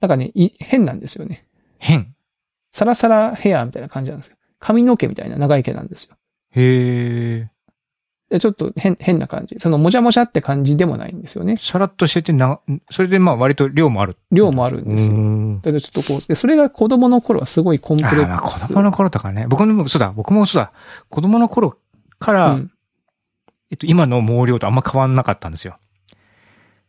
S2: なんかね、い変なんですよね。
S1: 変。
S2: サラサラヘアみたいな感じなんですよ。髪の毛みたいな長い毛なんですよ。
S1: へえ。
S2: でちょっと変、変な感じ。その、もじゃもじゃって感じでもないんですよね。
S1: さらっとしててな、それでまあ割と量もある。
S2: 量もあるんですよ。
S1: うん
S2: だけどちょっとこう、でそれが子供の頃はすごいコンプレ
S1: あ
S2: ック
S1: あ、
S2: ス。
S1: まあ子供の頃とかね。僕も、そうだ、僕もそうだ、子供の頃か
S2: う
S1: ら、
S2: ん、
S1: えっと、今の毛量とあんま変わんなかったんですよ。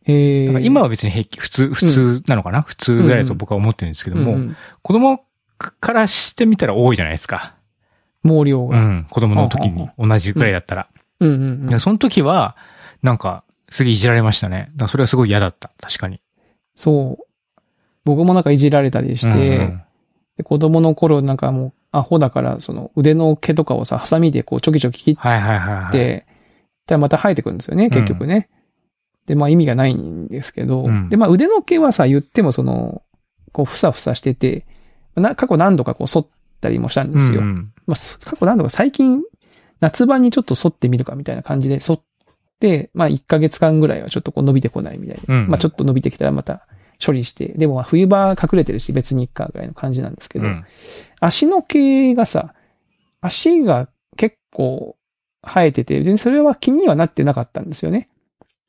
S2: ええ
S1: だから今は別に平気、普通、普通なのかな、普通ぐらいだと僕は思ってるんですけども、
S2: うんうん
S1: 子供からしてみたら多いじゃないですか。
S2: 毛量
S1: う
S2: が。
S1: ん、子供の時に同じぐらいだったら。
S2: うんうん
S1: い
S2: うん
S1: や、その時は、なんか、すげえいじられましたね。だからそれはすごい嫌だった。確かに。
S2: そう。僕もなんかいじられたりして、
S1: うん
S2: で子供の頃なんかもう、アホだから、その腕の毛とかをさ、ハサミでこう、ちょきちょき切っ
S1: はいはいはい、はい。
S2: て、たらまた生えてくるんですよね、結局ね。で、まあ意味がないんですけど、
S1: うん
S2: で、まあ腕の毛はさ、言ってもその、こう、ふさふさしてて、な過去何度かこう、剃ったりもしたんですよ。
S1: うんうん
S2: まあ、す過去何度か最近、夏場にちょっと剃ってみるかみたいな感じで剃って、まあ1ヶ月間ぐらいはちょっとこう伸びてこないみたいな。
S1: うん
S2: まあちょっと伸びてきたらまた処理して、でもまあ冬場隠れてるし別にいっかぐらいの感じなんですけど、
S1: うん。
S2: 足の毛がさ、足が結構生えてて、でそれは気にはなってなかったんですよね。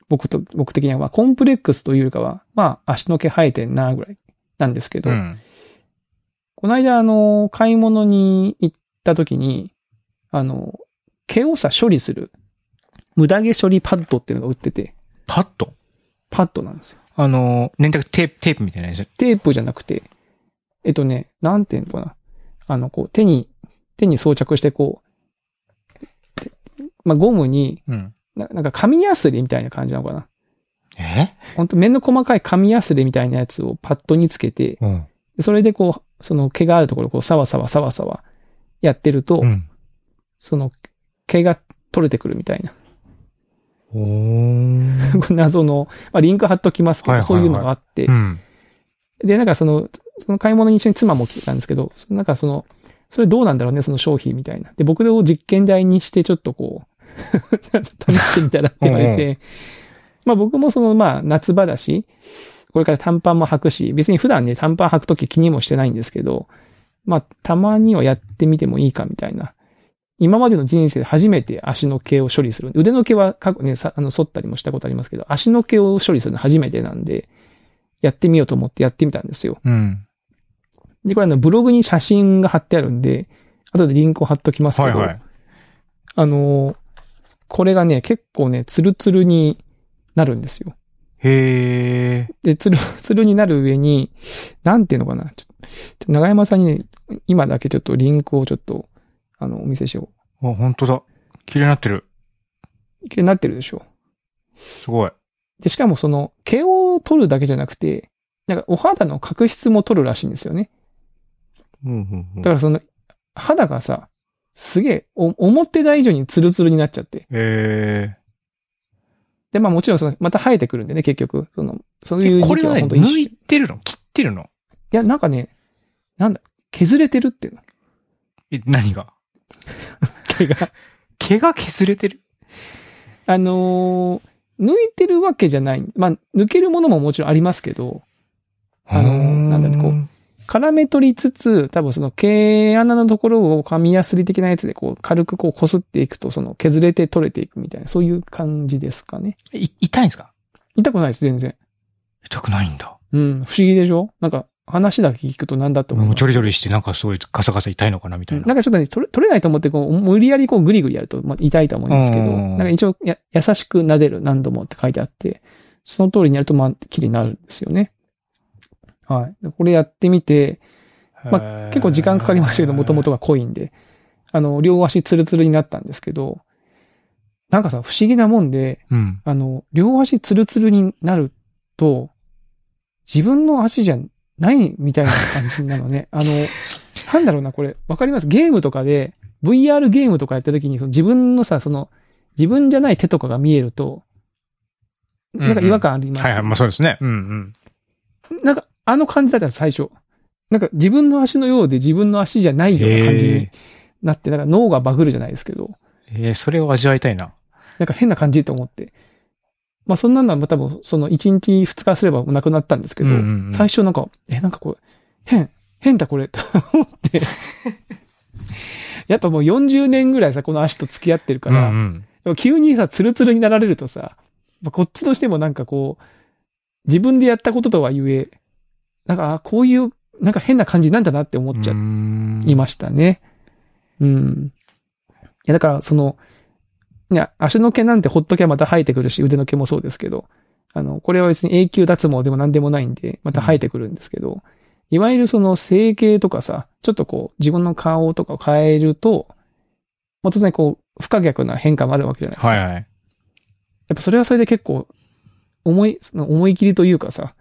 S2: 僕と、僕的には、まあ、コンプレックスというよりかは、まあ、足の毛生えてんな、ぐらいなんですけど、
S1: うん。
S2: この間、あの、買い物に行った時に、あの、毛をさ、処理する、無駄毛処理パッドっていうのが売ってて、
S1: パッと
S2: パッドなんですよ。
S1: あの、粘着テープ、テープみたいなやつ。
S2: テープじゃなくて、えっとね、なんていうのかな。あの、こう、手に、手に装着して、こう、てまあ、ゴムに、
S1: うん。
S2: ななんか紙やすりみたいな感じなのかな。
S1: え
S2: ほんと、面の細かい紙やすりみたいなやつをパッドにつけて、
S1: うん。
S2: それでこう、その毛があるところをこう、さわさわさわさわやってると、
S1: うん。
S2: その毛が取れてくるみたいな。 [LAUGHS]
S1: おー。
S2: 謎の、まあ、リンク貼っときますけど、
S1: はいはいはい
S2: そういうのがあって
S1: う、ん。
S2: で、なんかその、その買い物に一緒に妻も来てたんですけど、そのなんかその、それどうなんだろうね、その商品みたいな。で、僕を実験台にしてちょっとこう、 [LAUGHS] 試してみたらって言われ
S1: う
S2: て、まあ僕もそのまあ夏場だし、これから短パンも履くし、別に普段ね、短パン履くとき気にもしてないんですけど、まあたまにはやってみてもいいかみたいな。今までの人生で初めて足の毛を処理する。腕の毛は過去ね、さあの、剃ったりもしたことありますけど、足の毛を処理するの初めてなんで、やってみようと思ってやってみたんですよ。
S1: うん。
S2: で、これあの、ブログに写真が貼ってあるんで、後でリンクを貼っときますけ
S1: は
S2: ど、
S1: いはい。
S2: あのー、これがね、結構ね、ツルツルになるんですよ。
S1: へー。
S2: で、ツル、 [LAUGHS] ツルになる上に、なんていうのかな、ちょっとちょっと、長山さんに、ね、今だけちょっとリンクをちょっと、あの、お見せしよ
S1: あ、本当だ。綺麗になってる。
S2: う。綺麗になってるでしょ。
S1: すごい。
S2: で、しかもその、毛を取るだけじゃなくて、なんかお肌の角質も取るらしいんですよね。
S1: うんうんう
S2: だ
S1: ん
S2: からその、肌がさ、すげえ、お思ってた以上にツルツルになっちゃって。
S1: え
S2: で、まあもちろんその、また生えてくるんでね、結局。その、そういう
S1: ー。こ
S2: 時
S1: れ
S2: 期
S1: は
S2: は
S1: ね、
S2: 本当に一緒。
S1: 抜い
S2: い
S1: てるの切ってるの
S2: や、なんかね、なんだ、削れてるっていうの。
S1: え、何が
S2: 毛が。
S1: 毛が削れてる
S2: [LAUGHS] あのー抜いてるわけじゃない。まあ、抜けるものももちろんありますけど、あのーなんだろうこう絡め取りつつ、多分その毛穴のところを紙やすり的なやつでこう、軽くこう、擦っていくと、その、削れて取れていくみたいな、そういう感じですかね。
S1: う。い痛いんですか
S2: 痛くないです、全然。
S1: 痛くないんだ。
S2: うん、不思議でしょなんか、話だけ聞くと何だって思い
S1: も
S2: ま
S1: う
S2: す。
S1: ちょりちょりして、なんかすごいガサガサ痛いのかなみたいな。
S2: なんかちょっとね、取れ取れないと思って、こう、無理やりこう、ぐりぐりやると、まあ、痛いと思いますけど、
S1: うん
S2: なんか一応や、優しく撫でる、何度もって書いてあって、その通りにやると、まあ、綺麗になるんですよね。はい。でこれやってみて、
S1: へ
S2: ま
S1: ー
S2: 結構時間かかりましたけど、もともと。が濃いんで、あの、両足ツルツルになったんですけど、なんかさ、不思議なもんで、
S1: うん。
S2: あの、両足ツルツルになると、自分の足じゃないみたいな感じなの
S1: [LAUGHS]
S2: ね。あの、なんだろうな、これ。わかりますゲームとかで、VR ゲームとかやった時に、その自分のさ、その、自分じゃない手とかが見えると、なんか違和感あります。
S1: はいはい、まあそうですね。うんうん。
S2: なんか、あの感じだったんです、最初。なんか、自分の足のようで自分の足じゃないような感じになって、なんか脳がバグるじゃないですけど、
S1: えー、それを味わいたいな。
S2: なんか変な感じと思って。まあ、そんなのは多分、その1日2日すればなくなったんですけど、
S1: うんうんうん
S2: 最初なんか、え、なんかこれ、変、変だこれ、と思って。 [LAUGHS] やっぱもう40年ぐらいさ、この足と付き合ってるか
S1: うんう
S2: ら、
S1: ん。
S2: でも急にさ、ツルツルになられるとさ、まあこっちとしてもなんかこう、自分でやったこととはゆえ、なんか、あこういう、なんか変な感じなんだなって思っちゃいましたね。うん。いや、だから、その、いや、足の毛なんてほっときゃまた生えてくるし、腕の毛もそうですけど、あの、これは別に永久脱毛でも何でもないんで、また生えてくるんですけど、いわゆるその整形とかさ、ちょっとこう、自分の顔とかを変えると、まあ、当然こう、不可逆な変化もあるわけじゃないですか。
S1: はいはい。
S2: やっぱそれはそれで結構、思い、その思い切りというかさ、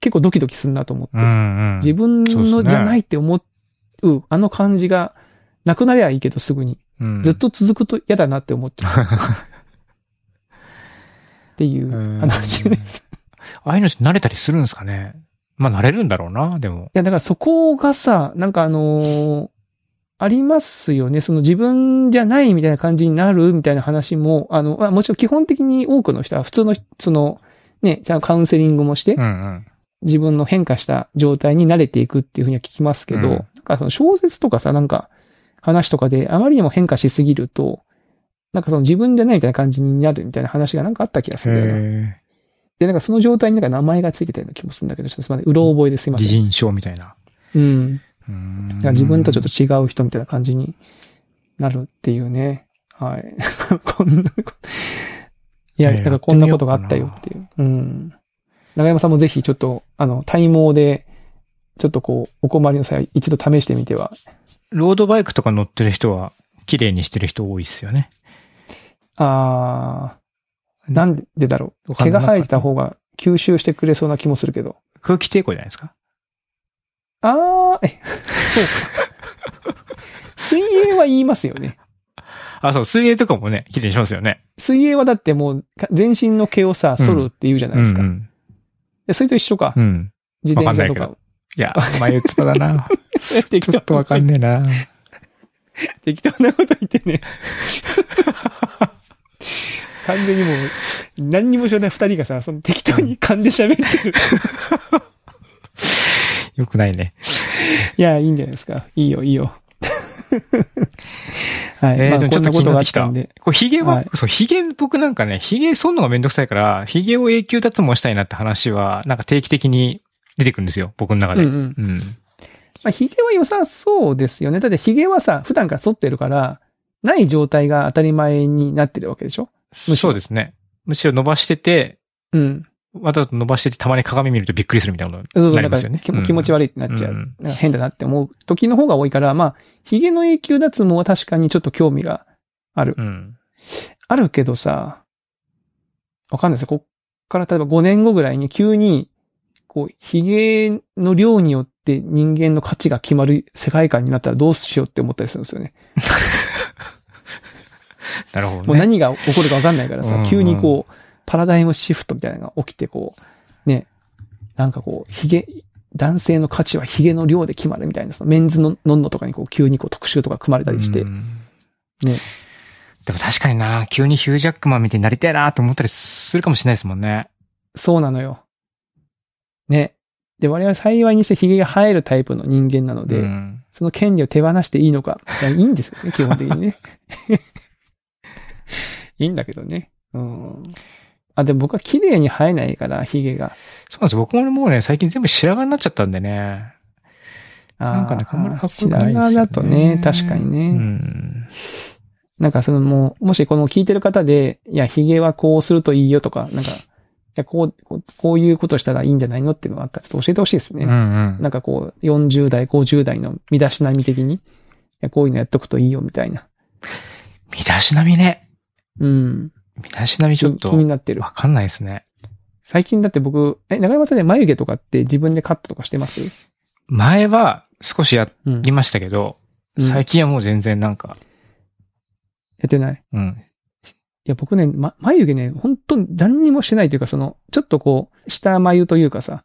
S2: 結構ドキドキすんなと思って。
S1: うんうん。
S2: 自分
S1: そう
S2: の
S1: ですね
S2: じゃないって思う、あの感じが、なくなりゃいいけどすぐに。
S1: 分
S2: ずっ。と続くと嫌だなって思
S1: [LAUGHS]
S2: っちゃうんですよ。っていう話です。い
S1: ああいうのって慣れたりするんですかね。まあ慣れるんだろうな、でも。
S2: や、だからそこがさ、なんかあのーありますよね。その自分じゃないみたいな感じになるみたいな話も、あの、まあもちろん基本的に多くの人は普通の、その、ね、ちゃんとカウンセリングもして
S1: う、んうん。
S2: 自分の変化した状態に慣れていくっていうふうには聞きますけど、
S1: うん
S2: なんかその小説とかさ、なんか話とかであまりにも変化しすぎると、なんかその自分じゃないみたいな感じになるみたいな話がなんかあった気がするんだよな。
S1: え
S2: で、なんかその状態になんか名前がついてたような気もするんだけど、ちょっとすみません。うろ覚えですい
S1: ー、
S2: ま
S1: 擬
S2: せん。
S1: 人症みたいな。
S2: うん。
S1: うーん
S2: だから自分とちょっと違う人みたいな感じになるっていうね。はい。 [LAUGHS] こんなこと。いや、
S1: いや
S2: なんかこんなことがあったよっていう。うん。長山さんもぜひちょっと、あの、体毛で、ちょっとこう、お困りの際、一度試してみては。
S1: ロードバイクとか乗ってる人は、綺麗にしてる人多いっすよね。
S2: あー、なんでだろう。
S1: わかん
S2: 毛
S1: な
S2: が
S1: い
S2: 生えてた方が吸収してくれそうな気もするけど。
S1: 空気抵抗じゃないですか。
S2: あー、え、 [LAUGHS] そうか。水泳は言いますよね。
S1: あ、そう、水泳とかもね、綺麗にしますよね。
S2: 水泳はだってもう、か全身の毛をさ、剃るって言うじゃないですか。
S1: うん
S2: でそれと一緒か
S1: う。ん。うん。
S2: 自転車と
S1: わ
S2: か。
S1: いや、眉唾だ [LAUGHS] な。
S2: [LAUGHS] 適
S1: ちょっとわかん
S2: い。
S1: ねえな。
S2: 適当なこと言って
S1: [LAUGHS]
S2: ね。完全にもう、何にも知らない二人がさ、その適当に噛んで喋ってる。
S1: よくないね。
S2: いや、いいんじゃないですか。いいよ、い
S1: [LAUGHS]
S2: いよ。はい。
S1: えー
S2: まあ
S1: でもちょっと
S2: こ
S1: 気に
S2: んなことが
S1: な
S2: あ
S1: っ
S2: って
S1: きた
S2: たんで。
S1: これヒゲは、
S2: はい
S1: そう、ヒゲ、僕なんかね、ヒゲ剃るのがめんどくさいから、ヒゲを永久脱毛したいなって話は、なんか定期的に出てくるんですよ、僕の中
S2: うん
S1: で。
S2: う
S1: うん。
S2: ん。まあ、髭は良さそうですよね。だって髭はさ、普段から剃ってるから、ない状態が当たり前になってるわけでしょむし
S1: そ
S2: ろ
S1: うですね。むしろ伸ばしてて、
S2: うん。
S1: わざと伸ばしてて、たまに鏡見るとびっくりするみたいなこと
S2: そう
S1: に
S2: そ
S1: な
S2: う、な
S1: り
S2: んか
S1: ますよね。
S2: 気も気持ち
S1: 悪
S2: 悪いってなっちゃう。
S1: うん
S2: なんか変だなって思う時の方が多いから、まあ、髭の永久脱毛は確かにちょっと興味がある。
S1: い。うん。
S2: あるけどさ、わかんないですよ。こっから例えば5年後ぐらいに急に、こう、髭の量によって人間の価値が決まる世界観になったらどうしようって思ったりするんですよね。
S1: なるほ
S2: も
S1: ど
S2: う
S1: ね。
S2: 何が起こるかわかんないから
S1: うん
S2: さ
S1: うん、
S2: 急にこう、パラダイムシフトみたいなのが起きて、こう、ね、なんかこう、髭、男性の価値は髭の量で決まるみたいな、そのメンズののんのとかにこう、急にこう特集とか組まれたりして、
S1: うん
S2: ね。
S1: でも確かにな、急にヒュージャックマンみたいになりたいなと思ったりするかもしれないですもんね。
S2: そうなのよ。ね。で、我々幸いにして髭が生えるタイプの人間なので、
S1: うん
S2: その権利を手放していいのか。いやいいんで
S1: [LAUGHS]
S2: すよね、基本的にね。 [LAUGHS] いいんだけどね。うん。あ、でも僕は綺麗に生えないから、髭が。
S1: そうなんです。僕ももうね、最近全部白髪になっちゃったんでね。
S2: あー
S1: なんかね、あんまりかっこよくないですよ、ね。
S2: 白髪だとね、確かにね。
S1: うん。
S2: なんかそのもう、もしこの聞いてる方で、いや、髭はこうするといいよとか、なんか、いや、こう、こうこういうことしたらいいんじゃないのっていうのがあったら、ちょっと教えてほしいですね。
S1: うんうん。
S2: なんかこう、40代、50代の身だしなみ的に、いや、こういうのやっとくといいよみたいな。
S1: 身だしなみね。
S2: うん。
S1: 身だしなみちょっ
S2: 気
S1: と
S2: 気、になってる
S1: わ。かんないですね。
S2: 最近だって僕、え、長山さんで眉毛とかって自分でカットとかしてます
S1: 前は少しや
S2: うん
S1: りましたけど、
S2: うん
S1: 最近はもう全然なんか、
S2: やってない。
S1: うん。
S2: いや、僕ね、ま、眉毛ね、本当に何にもしてないというか、その、ちょっとこう、下眉というかさ、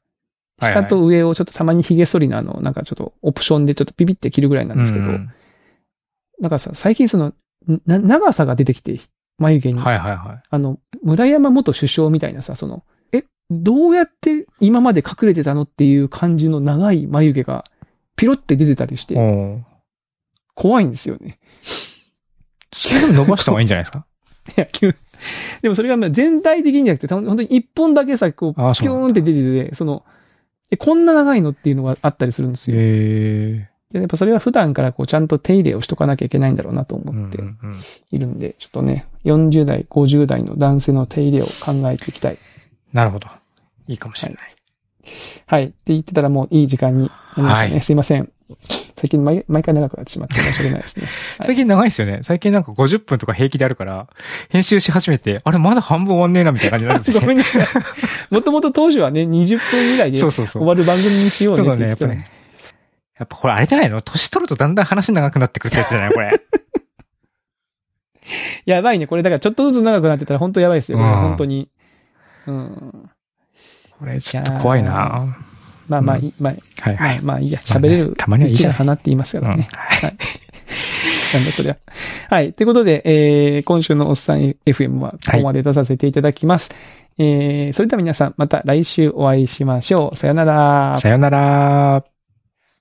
S1: はいはい
S2: 下と上をちょっとたまに髭剃りのあの、なんかちょっとオプションでちょっとピピって切るぐらいなんですけど、
S1: ううん
S2: なんかさ、最近その、な、長さが出てきて、眉毛に。
S1: はいはいはい。
S2: あの、村山元首相みたいなさ、その、え、どうやって今まで隠れてたのっていう感じの長い眉毛が、ピロって出てたりして、
S1: おー
S2: 怖いんですよね。 [LAUGHS]
S1: それでも伸ばした方がいいんじゃないですか
S2: いや、急でもそれがまあ全体的にじゃなくて、た本当に一本だけさ、こう、ピ
S1: あ
S2: ュ
S1: あそうなん
S2: ーンって出てて、その、え、こんな長いのっていうのがあったりするんですよ。
S1: え
S2: でやっぱそれは普段からこう、ちゃんと手入れをしとかなきゃいけないんだろうなと
S1: え
S2: 思って
S1: うんうんうん
S2: いるんで、ちょっとね、40代、50代の男性の手入れを考えていきたい。
S1: なるほど。いいかもしれない。
S2: はい。って言ってたらもういい時間になりましたね。
S1: はい
S2: すいません。最近毎毎回長くなってしまって申し訳ない
S1: [LAUGHS]
S2: ですね。はい
S1: 最近長いですよね。最近なんか50分とか平気であるから、編集し始めて、あれまだ半分終わんねえなみたいな感じになるんです
S2: [LAUGHS] ご
S1: よね。
S2: めんなさい。もともと当時はね、20分ぐらいで
S1: そうそ
S2: 終
S1: うそう。
S2: わる番組にしよう
S1: ちょ
S2: ね
S1: っ
S2: っ
S1: と
S2: て
S1: ね、
S2: 言
S1: やって
S2: っ
S1: ぱ
S2: たの
S1: ね。やっぱこれあれじゃないの年取るとだんだん話長くなってくるってやつじゃないこ
S2: [LAUGHS]
S1: れ。
S2: やばいね。これだからちょっとずつ長くなってたら本当やばいですよ。これ
S1: うん
S2: 本当に。うん。
S1: これちょっと怖いな
S2: まあまあ、
S1: うん
S2: いいまあ、
S1: はい
S2: ま
S1: は
S2: あ
S1: い。
S2: まあいいや。喋れる。
S1: たまには
S2: う
S1: いい
S2: ち
S1: じゃ
S2: の
S1: ない。
S2: 花って言いますからね。
S1: うんはい
S2: なんだそりゃ。はい。ということで、えー今週のおっさん FM はここまで出させていただきます。えー、それでは皆さん、また来週お会いしましょう。さよなら。
S1: さよなら。